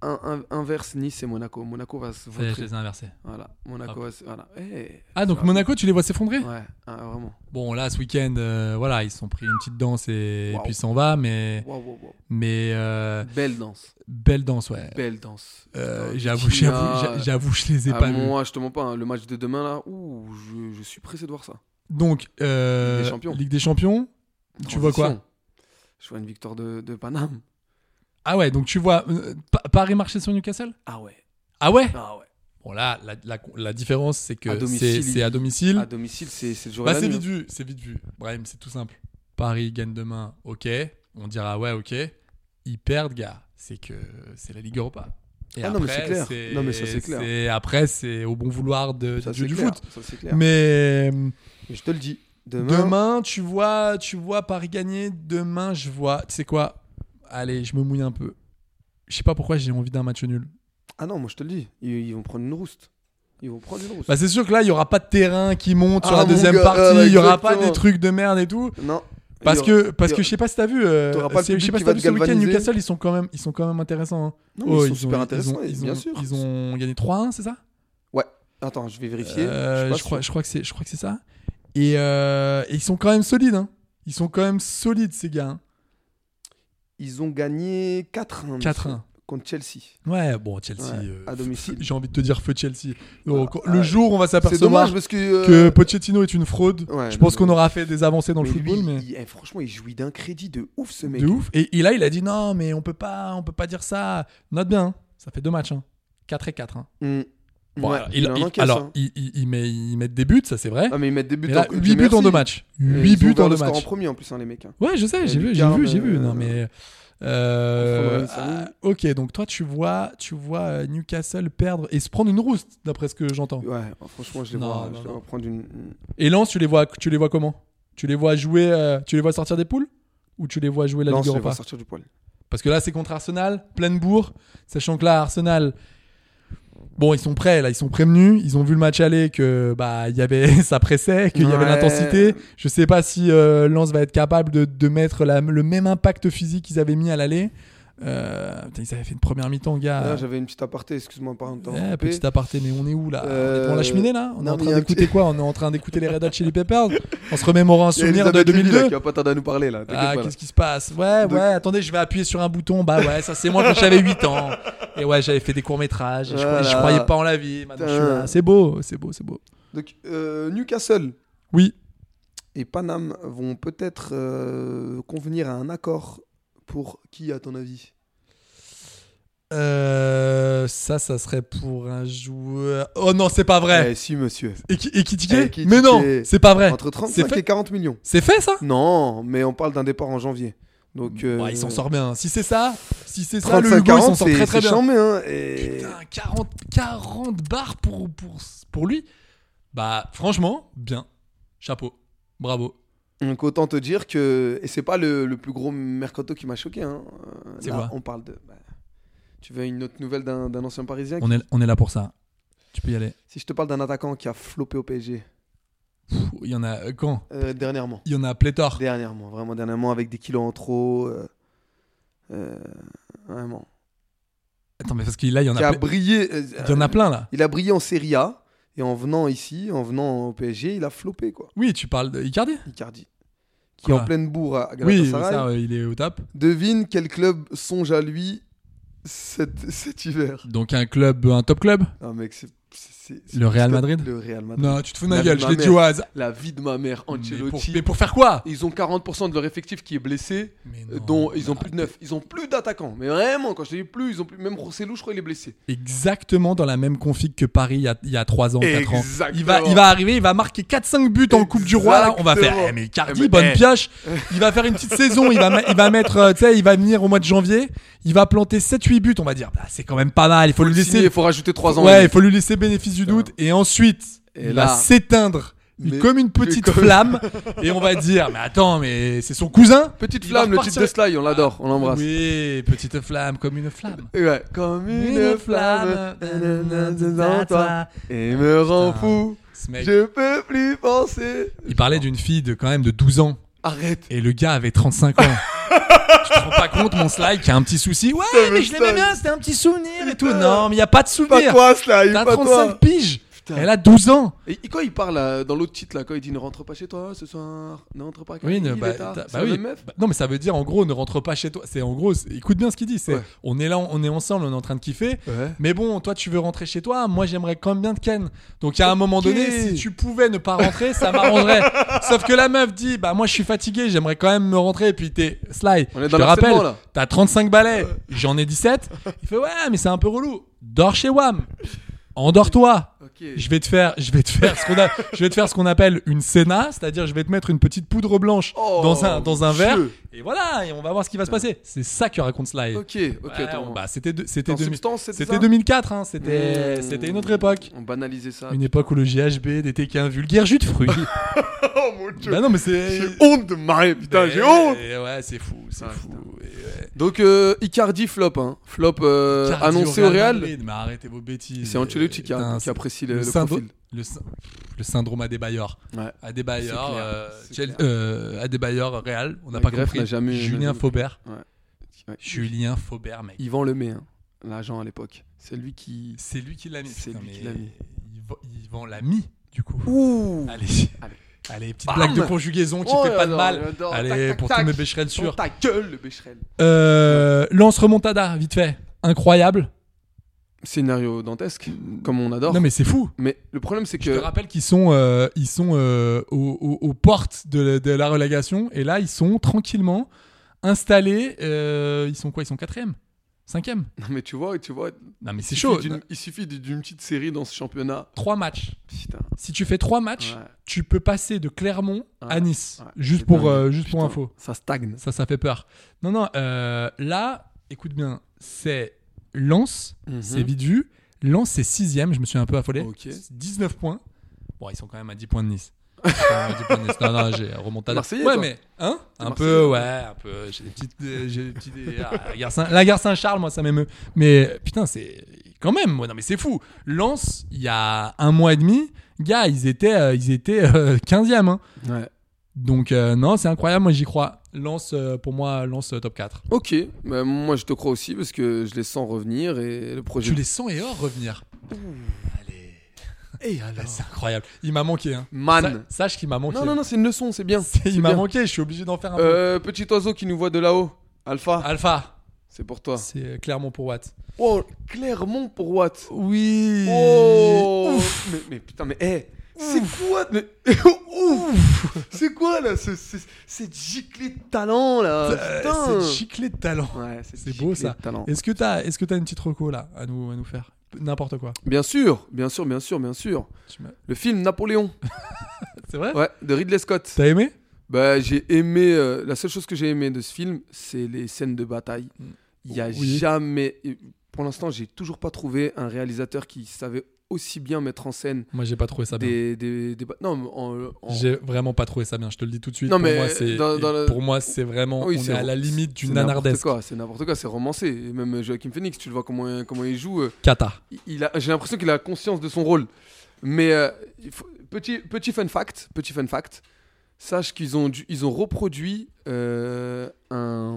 Un- un- Inverse Nice et Monaco. Monaco va se Ça Ah, y est, je vautrer. les ai inversés. Voilà, Monaco Hop. va se- Voilà. Eh, Ah, donc ça va. Monaco, tu les vois s'effondrer Ouais, ah, vraiment. Bon, là, ce week-end, euh, voilà, ils se sont pris une petite danse et, et Waouh. puis s'en va, mais. Waouh, waouh, waouh. Mais. euh, Belle danse. belle danse, ouais. Belle danse. Euh, Putain, j'avoue, Vitinha, j'avoue, j'a- j'avoue, je les ai ah, pas vus. Moi, je te mens pas. hein, Le match de demain, là, ouh, je, je suis pressé de voir ça. Donc, euh, Ligue des Champions. Ligue des Champions, tu vois quoi Transition. Je vois une victoire de, de Paname. Ah ouais, donc tu vois euh, Pa- Paris marcher sur Newcastle Ah ouais. Ah ouais Ah ouais. Bon, là, la, la- la différence, c'est À que c'est domicile, c'est à ils- domicile. À domicile, c'est c'est le jour et Bah, la c'est nuit, hein. vite vu, c'est vite vu. Brahim, c'est tout simple. Paris gagne demain, ok. On dira ouais, ok. Ils perdent, gars. C'est que c'est la Ligue Europa. Et Ah non, mais c'est clair. Non, mais ça, c'est clair. c'est- Après, c'est au bon vouloir de, hein. Ça, du, c'est du clair, foot. Ça, c'est clair. Mais Mais je te le dis. Demain, demain, tu vois, tu vois Paris gagner. Demain, je vois. Tu sais quoi Allez, je me mouille un peu. Je sais pas pourquoi j'ai envie d'un match nul. Ah non, moi, je te le dis. Ils, ils vont prendre une rouste. Ils vont prendre une rouste. Bah, c'est sûr que là, il y aura pas de terrain qui monte sur Ah, la mon deuxième gars, partie. ah, bah, il y aura pas exactement. des trucs de merde et tout. non. Bah, Parce Il y aura- que, parce que je sais pas si t'as vu, euh, T'auras pas le c'est- je sais public pas qui si t'as va vu te ce week-end, galvaniser. Newcastle, ils sont quand même, ils sont quand même intéressants. hein. Non, mais ils Oh, sont super ont- intéressants, ils ont- bien ils ont- sûr. Ils ont gagné 3-1, c'est ça Ouais. Attends, je vais vérifier. Euh, suis pas je, crois, sûr. je crois que c'est, je crois que c'est ça. Et, euh, et ils sont quand même solides. hein. Ils sont quand même solides ces gars. hein. Ils ont gagné 4-1. 4-1. Contre Chelsea. Ouais, bon Chelsea. Ouais, euh, à domicile. j'ai envie de te dire feu Chelsea. Donc, Ah, le ouais. jour où on va C'est s'apercevoir dommage parce que. que euh, Pochettino est une fraude, Ouais, je pense non, qu'on aura fait des avancées dans le mais football, lui, mais. il- eh, franchement, il jouit d'un crédit de ouf ce mec. de ouf. Et, et là, il a dit non, mais on peut pas, on peut pas dire ça. Note bien, hein. ça fait deux matchs. Hein. 4 et 4. Hein. Mm. Bon, Ouais, alors, il il- en il- encaisse, alors, hein. ils il, il met- ils mettent des buts, ça c'est vrai. Ah, mais ils mettent des buts mais là, en- 8 buts en merci. deux matchs. Et 8 ils ont buts ouvert en le deux score en matchs. premier en plus, hein, les mecs. hein. Ouais, je sais, j'ai vu, j'ai lucarne, vu, j'ai vu. euh, Non, mais. euh, Fondre Insani. ah, ok, donc toi, tu vois, tu vois euh, Newcastle perdre et se prendre une rouste, d'après ce que j'entends. Ouais, franchement, je les Non, vois, non, je les non. vois prendre une- une. Et Lens, tu les vois, tu les vois comment Tu les vois jouer, euh, tu les vois sortir des poules ou tu les vois jouer la non, Ligue je les Europa vois sortir du poil. Parce que là, c'est contre Arsenal, pleine bourre. Sachant que là, Arsenal, bon, ils sont prêts, là, ils sont prévenus. Ils ont vu le match aller, que bah, il y avait, ça pressait, qu'il y avait Ouais. l'intensité. Je sais pas si euh, Lens va être capable de, de mettre la- le même impact physique qu'ils avaient mis à l'aller. Euh, putain, ils avaient fait une première mi-temps, gars. Là, j'avais une petite aparté, excuse-moi, par exemple. Ah, Eh, petit aparté, mais on est où là On est devant la Euh, cheminée là On est non, en mais train il y a un d'écouter quoi On est en train d'écouter les Red Hot Chili Peppers En se remémorant un souvenir de 2002 Tu vas pas tarder à nous parler là. t'inquiète Ah, pas, là. qu'est-ce qui se passe Ouais, De- ouais, attendez, je vais appuyer sur un bouton. Bah ouais, ça c'est moi quand j'avais 8 ans. Et ouais, j'avais fait des courts-métrages. et je, croyais- je Voilà. Euh. croyais pas en la vie. Maintenant, je suis Putain. là. C'est beau, c'est beau, c'est beau. Donc, euh, Newcastle Oui, et Paname vont peut-être euh, convenir à un accord pour qui, à ton avis Euh, ça, ça serait pour un joueur. Oh non, c'est pas vrai. Eh, si, monsieur. Et qui, et qui tiquait Eh, qui Mais non, tiquait. c'est pas vrai. Entre C'est 35 fait. et 40 millions. C'est fait ça Non, mais on parle d'un départ en janvier. Donc, euh, Ouais, il s'en sort bien. Si c'est ça, si c'est ça, le 35 Hugo, il s'en 40 sort c'est très très c'est bien. chambé, hein, et- Putain, 40, 40 barres pour, pour, pour lui. Bah, franchement, bien. Chapeau. Bravo. Donc autant te dire que et c'est pas le, le plus gros mercato qui m'a choqué. hein. Euh, C'est là, quoi On parle de. bah, tu veux une autre nouvelle d'un d'un ancien Parisien On est, on est là pour ça. Tu peux y aller. Si je te parle d'un attaquant qui a flopé au PSG Pff, Il y en a. euh, Quand euh, dernièrement, Il y en a pléthore. dernièrement, vraiment dernièrement avec des kilos en trop, euh, euh, vraiment. Attends, mais parce qu'il là, il y en Qui a, a ple- brillé. euh, il y en a plein là. Il a brillé en Serie A et en venant ici, en venant au PSG, il a flopé quoi. Oui, tu parles de Icardi Icardi, qui Quoi est en pleine bourre à Oui, Galatasaray. ça, euh, il est au top. Devine quel club songe à lui cet, cet hiver. Donc un club, un top club Ah mec, c'est c'est- c'est- c'est Le Real juste Madrid Le Real Madrid. Non, tu te fous de ma La gueule, vie je de l'ai ma dit au mère. hasard. La vie de ma mère, Mais pour, Ancelotti. mais pour faire quoi Ils ont 40% de leur effectif qui est blessé, Mais euh, non, dont ils ont bah, plus de neuf. Ils ont plus d'attaquants. Mais vraiment, quand je te dis plus, ils ont plus. Même Rossellou, je crois, il est blessé. Exactement dans la même config que Paris il y a, il y a 3 ans, 4 ans. Il va, Exactement. il va arriver, il va marquer 4-5 buts en Coupe du Roi. là. on va faire, Exactement. eh, mais Icardi, Eh, mais, bonne eh. pioche. Il va faire une petite saison. Il va, me- il va mettre, euh, tu sais, il va venir au mois de janvier. Il va planter 7-8 buts. On va dire, bah, c'est quand même pas mal. Il faut, lui Le laisser. signer, Il faut rajouter 3 ans. ouais, il faut lui laisser bénéfice du doute. Et ensuite, Et il là- va s'éteindre. Il- Mais- comme une petite mais comme- flamme. et on va dire, mais attends, mais c'est son cousin. Petite Il flamme, le va titre de repartir- Sly, on l'adore, on l'embrasse. Oui, petite flamme, comme une flamme. Et Ouais. Comme une, flamme, Une flamme, nanana, nanana, dans toi, et me rend Putain. fou. Ce mec, Je peux plus penser. il parlait d'une fille de quand même de 12 ans. Arrête. Et le gars avait 35 ans. Je te rends pas compte, mon slide, qui a un petit souci. Ouais, Putain, mais mais je l'aimais Sly. bien, c'était un petit souvenir et tout. Non, mais il a pas de Pas souvenir. toi, Sly, T'as pas toi. 35 piges. Putain. Elle a 12 ans. Et et quand il parle euh, dans l'autre titre là, quand il dit ne rentre pas chez toi ce soir, ne rentre pas. Oui, il ne- bah, est tard. t'as- C'est bah la oui. même meuf. Bah, non, mais ça veut dire en gros, ne rentre pas chez toi. C'est en gros, c'est- écoute bien ce qu'il dit. C'est Ouais. on est là, on est ensemble, on est en train de kiffer. Ouais. Mais bon, toi, tu veux rentrer chez toi. Moi, j'aimerais quand même bien te ken. Donc, à un moment donné, si tu pouvais ne pas rentrer, ça m'arrangerait. Sauf que la meuf dit, bah moi, je suis fatigué. J'aimerais quand même me rentrer. Et puis t'es Sly. On est dans je te le rappelle, harcèlement, là. t'as 35 balais. J'en ai 17. Il fait ouais, mais c'est un peu relou. Dors chez Wam. Endors-toi. Ok. Je vais te faire, je vais te faire ce qu'on a, je vais te faire ce qu'on appelle une cena, c'est-à-dire je vais te mettre une petite poudre blanche Oh, dans un dans un Dieu. verre et voilà et on va voir ce qui va se passer. C'est ça que raconte Sly. Ok, ok. Ouais, attends. on- bah, c'était deux- c'était En deux- substance, c'était c'était ça 2004 hein, Mmh. c'était Ah, c'était une autre époque. On banalisait ça. Une époque où le GHB n'était qu'un vulgaire jus de fruits. Oh mon dieu. bah non mais c'est J'ai honte de me marrer, putain, j'ai Et- honte. et Ouais, c'est fou, c'est Ah, fou. Et ouais. Donc euh, Icardi flop, hein. flop euh, Cardio annoncé au Real. Madrid, Mais arrêtez vos bêtises. C'est Ancelotti qui, a- Putain, qui apprécie le, le syndro- profil. le sy- le syndrome Adebayor. Ouais. Adebayor, C'est clair, euh, c'est Chel- clair. euh, Adebayor, Real, on n'a La pas greffe compris. n'a jamais- Julien n'a jamais- Faubert. Ouais. Julien Faubert, mec. Yvan Lemay, hein, l'agent à l'époque. C'est lui qui. C'est lui qui l'a mis. C'est Putain, lui qui mais l'a mis. Yvan- Yvan l'a mis, du coup. Ouh. Allez. Allez. Allez, petite Bam. blague de conjugaison qui Oh, fait pas de j'adore, mal. j'adore. Allez, Tac, tac, pour tac. tous mes bécherels Dans sûrs. ta gueule, le Becherel. Euh, lance remontada, vite fait. Incroyable. Scénario dantesque, comme on adore. Non, mais... mais c'est fou. le problème, c'est Je te que. rappelle qu'ils sont, euh, ils sont euh, aux, aux- aux portes de, de la relégation et là ils sont tranquillement installés. euh, ils sont quoi Ils sont quatrième, cinquième. Non, mais tu vois, tu vois. Non mais c'est il chaud. suffit d'une- Il suffit d'une petite série dans ce championnat. Trois matchs. Putain. Si tu fais trois matchs, Ouais. tu peux passer de Clermont à Ouais, Nice. ouais, juste c'est pour, dingue. euh, juste pour Putain, info. Ça stagne. Ça, ça fait peur. Non, non. euh, là, écoute bien, c'est Lens. Mhm. C'est vite vu. Lens c'est sixième. Je me suis un peu affolé. Ok. 19 points. Bon, ils sont quand même à 10 points de Nice. Ils sont quand même à 10 points de Nice. Non, non, j'ai remonté à Marseillais, Ouais, toi. mais hein T'es Un Marseillais, peu, ouais, un peu. J'ai des petites, euh, j'ai des petites. euh, ah, la gare Saint- la gare Saint-Charles, moi, ça m'émeut. Mais euh, putain, c'est quand même. moi, non, mais c'est fou. Lens, il y a un mois et demi, gars, ils étaient, euh, ils étaient euh, 15e. hein. Ouais. Donc euh, non, c'est incroyable. Moi, j'y crois. Lance, euh, pour moi, lance euh, top 4. Ok, bah, moi je te crois aussi parce que je les sens revenir et le projet. Tu les sens et or revenir. Allez. Et Là, c'est incroyable. Il m'a manqué. Hein. Ah, Man. Sa- sache qu'il m'a manqué. Non, non, non, c'est une leçon, c'est bien. C'est- C'est Il m'a bien. manqué, je suis obligé d'en faire un peu. Euh, petit oiseau qui nous voit de là-haut, Alpha, Alpha, c'est pour toi. c'est euh, clairement pour Watt. Ah. Oh, Clermont pour Watt. Oui. Oh mais, mais putain, mais hé C'est quoi mais... Ouf C'est quoi là ce, ce- cette giclée de talent là Putain Euh, C'est chiclé de talent. Ouais, cette C'est beau giclée ça. de talent. Est-ce que t'as, est-ce que t'as une petite reco là à nous, à nous faire N'importe quoi. Bien sûr, bien sûr, bien sûr, bien sûr. Tu m'as- Le film Napoléon, C'est vrai ouais, de Ridley Scott. T'as aimé Bah, j'ai aimé. euh, la seule chose que j'ai aimé de ce film, c'est les scènes de bataille. Il y a Mm. Oui. jamais. Pour l'instant, j'ai toujours pas trouvé un réalisateur qui savait aussi bien mettre en scène Moi, j'ai pas trouvé ça bien. des, des, des ba- Non, mais en, en- J'ai vraiment pas trouvé ça bien. Je te le dis tout de suite. Non, pour, mais moi, c'est, dans- dans le- pour moi, c'est vraiment. Oui, on est, c'est- à la limite du c'est n'importe nanardesque. quoi, C'est n'importe quoi, c'est romancé. Et même Joachim Phoenix, tu le vois comment, comment il joue. euh, Kata. il- il a- j'ai l'impression qu'il a conscience de son rôle. Mais euh, il faut- petit, petit fun fact, petit fun fact, sache qu'ils ont, dû- ils ont reproduit euh, un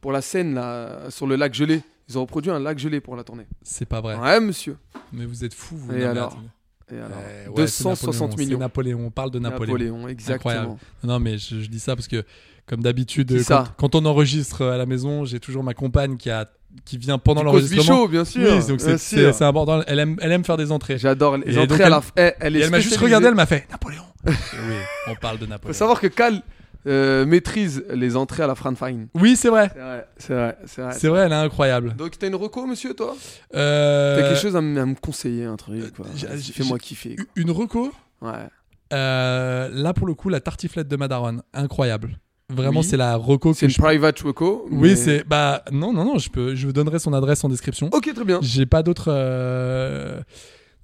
pour la scène là sur le lac gelé. Ils ont reproduit un lac gelé pour la tournée. C'est pas vrai. Ouais, monsieur. Mais vous êtes fous. Vous. Et Non, mais alors attendez. Et alors, Eh, ouais, c'est 260 Napoléon, millions. C'est Napoléon. On parle de Napoléon. exactement. Incroyable. Non, mais je, je dis ça parce que, comme d'habitude, Qui euh, quand, ça quand on enregistre euh, à la maison, j'ai toujours ma compagne qui a qui vient pendant Du l'enregistrement. Cosby Show, bien sûr. Oui, donc Bien c'est- c'est sûr. c'est important. Elle aime, elle aime faire des entrées. J'adore les Et entrées donc, à elle- la fin. Elle, elle Et est elle m'a juste spécialisée. regardé, elle m'a fait Napoléon. oui, on parle de Faut Napoléon. savoir que Cal euh, maîtrise les entrées à la Franfine. Oui, c'est vrai. C'est vrai, c'est vrai, c'est vrai. C'est vrai, elle est incroyable. Donc t'as une reco, monsieur, toi Euh, Ah, T'as quelque chose à, me- à me conseiller, un truc, quoi. j'ai- Vas-y, j'ai- Fais-moi kiffer. quoi. Une reco. Ouais. euh, là, pour le coup, la tartiflette de Madaron, incroyable. Vraiment, Oui. c'est la reco C'est que une je. private reco. mais- Oui, c'est bah non non non, je peux, je vous donnerai son adresse en description. Ok, très bien. J'ai pas d'autres. euh,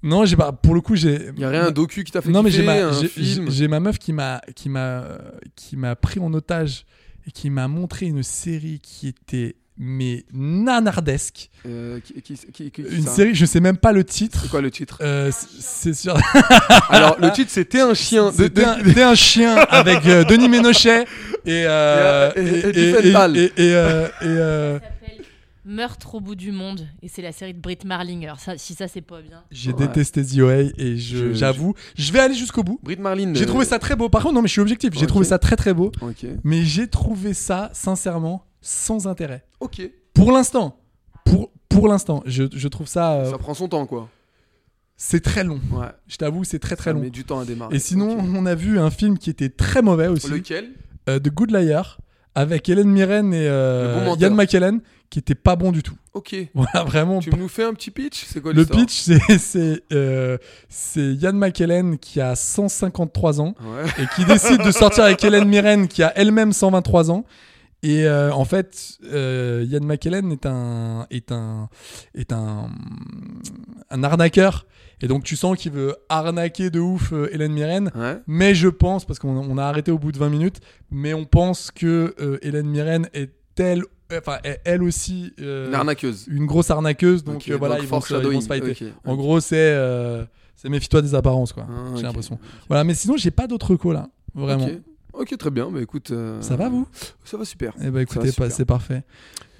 Non, j'ai pas. Pour le coup, j'ai. Y a rien, un docu qui t'a fait Non, mais j'ai kiffer, ma, un j'ai- film. j'ai- j'ai ma meuf qui m'a qui m'a euh, qui m'a pris en otage et qui m'a montré une série qui était mais nanardesque. Euh, qui, qui- qui- qui- qui- Une ça série, je sais même pas le titre. C'est quoi le titre Euh, c- c'est sûr. Alors, le titre, c'était un chien. De, C'était un, c'était un chien avec euh, Denis Ménochet et euh, Et, euh, et- et Diefenthal. et- et- et, euh, et, euh, Meurtre au bout du monde. Et c'est la série de Britt Marling. Alors, ça, si ça, c'est pas bien. j'ai Ouais. détesté The OA et je- Je- j'avoue, je vais aller jusqu'au bout. Brit Marlin. J'ai euh, trouvé ça très beau. Par contre, non, mais je suis objectif. J'ai Ok. trouvé ça très très beau, Ok. mais j'ai trouvé ça sincèrement sans intérêt. Ok. Pour l'instant, pour pour l'instant, je, je trouve ça, euh, Ça prend son temps, quoi. c'est très long. Ouais. Je t'avoue, c'est très très ça long. met du temps à démarrer. Et sinon, Ok. on a vu un film qui était très mauvais aussi, Lequel euh, de Good Liar, avec Hélène Mirren et Le bon euh, menteur. Yann McKellen, qui était pas bon du tout. Ok. Voilà, vraiment. Tu nous fais un petit pitch C'est quoi Le l'histoire pitch, c'est c'est euh, c'est Yann McKellen qui a 153 ans. Ouais. et qui décide de sortir avec Hélène Mirren qui a elle-même 123 ans. Et euh, en fait, euh, Yann McKellen est un est un est un un arnaqueur. Et donc tu sens qu'il veut arnaquer de ouf euh, Hélène Mirren. Ouais. Mais je pense parce qu'on on a arrêté au bout de 20 minutes, mais on pense que euh, Hélène Mirren est elle enfin est elle aussi euh, Une arnaqueuse. une grosse arnaqueuse. Donc Ok, euh, voilà, donc ils vont, se, ils vont se foreshadowing, fighter. ok, En ok. gros, c'est euh, c'est méfie-toi des apparences quoi. Ah, J'ai ok. l'impression. Voilà, mais sinon j'ai pas d'autres recos là, vraiment. Ok. Ok, très bien. Bah écoute. euh, Ça va vous Ça va super. Eh ben écoutez, super. pas- c'est parfait.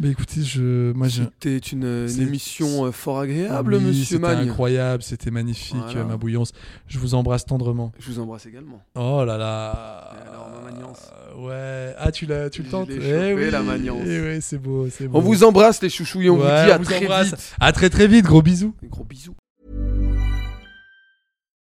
Ben écoutez, je, moi je. C'était une, une C'est- émission euh, fort agréable, Oui, monsieur c'était Magne. incroyable, c'était magnifique, Voilà. euh, ma bouillance. Je vous embrasse tendrement. Je vous embrasse également. Oh là là. Et alors, ma magnance Euh, Ouais. Ah, tu l'as, tu le Je tentes. l'ai Eh chopé, oui, la magnance. eh oui, c'est beau, c'est beau. On vous embrasse les chouchouilles, on Ouais, vous dit à on vous très embrasse. vite. À très très vite, gros bisous. Gros bisous.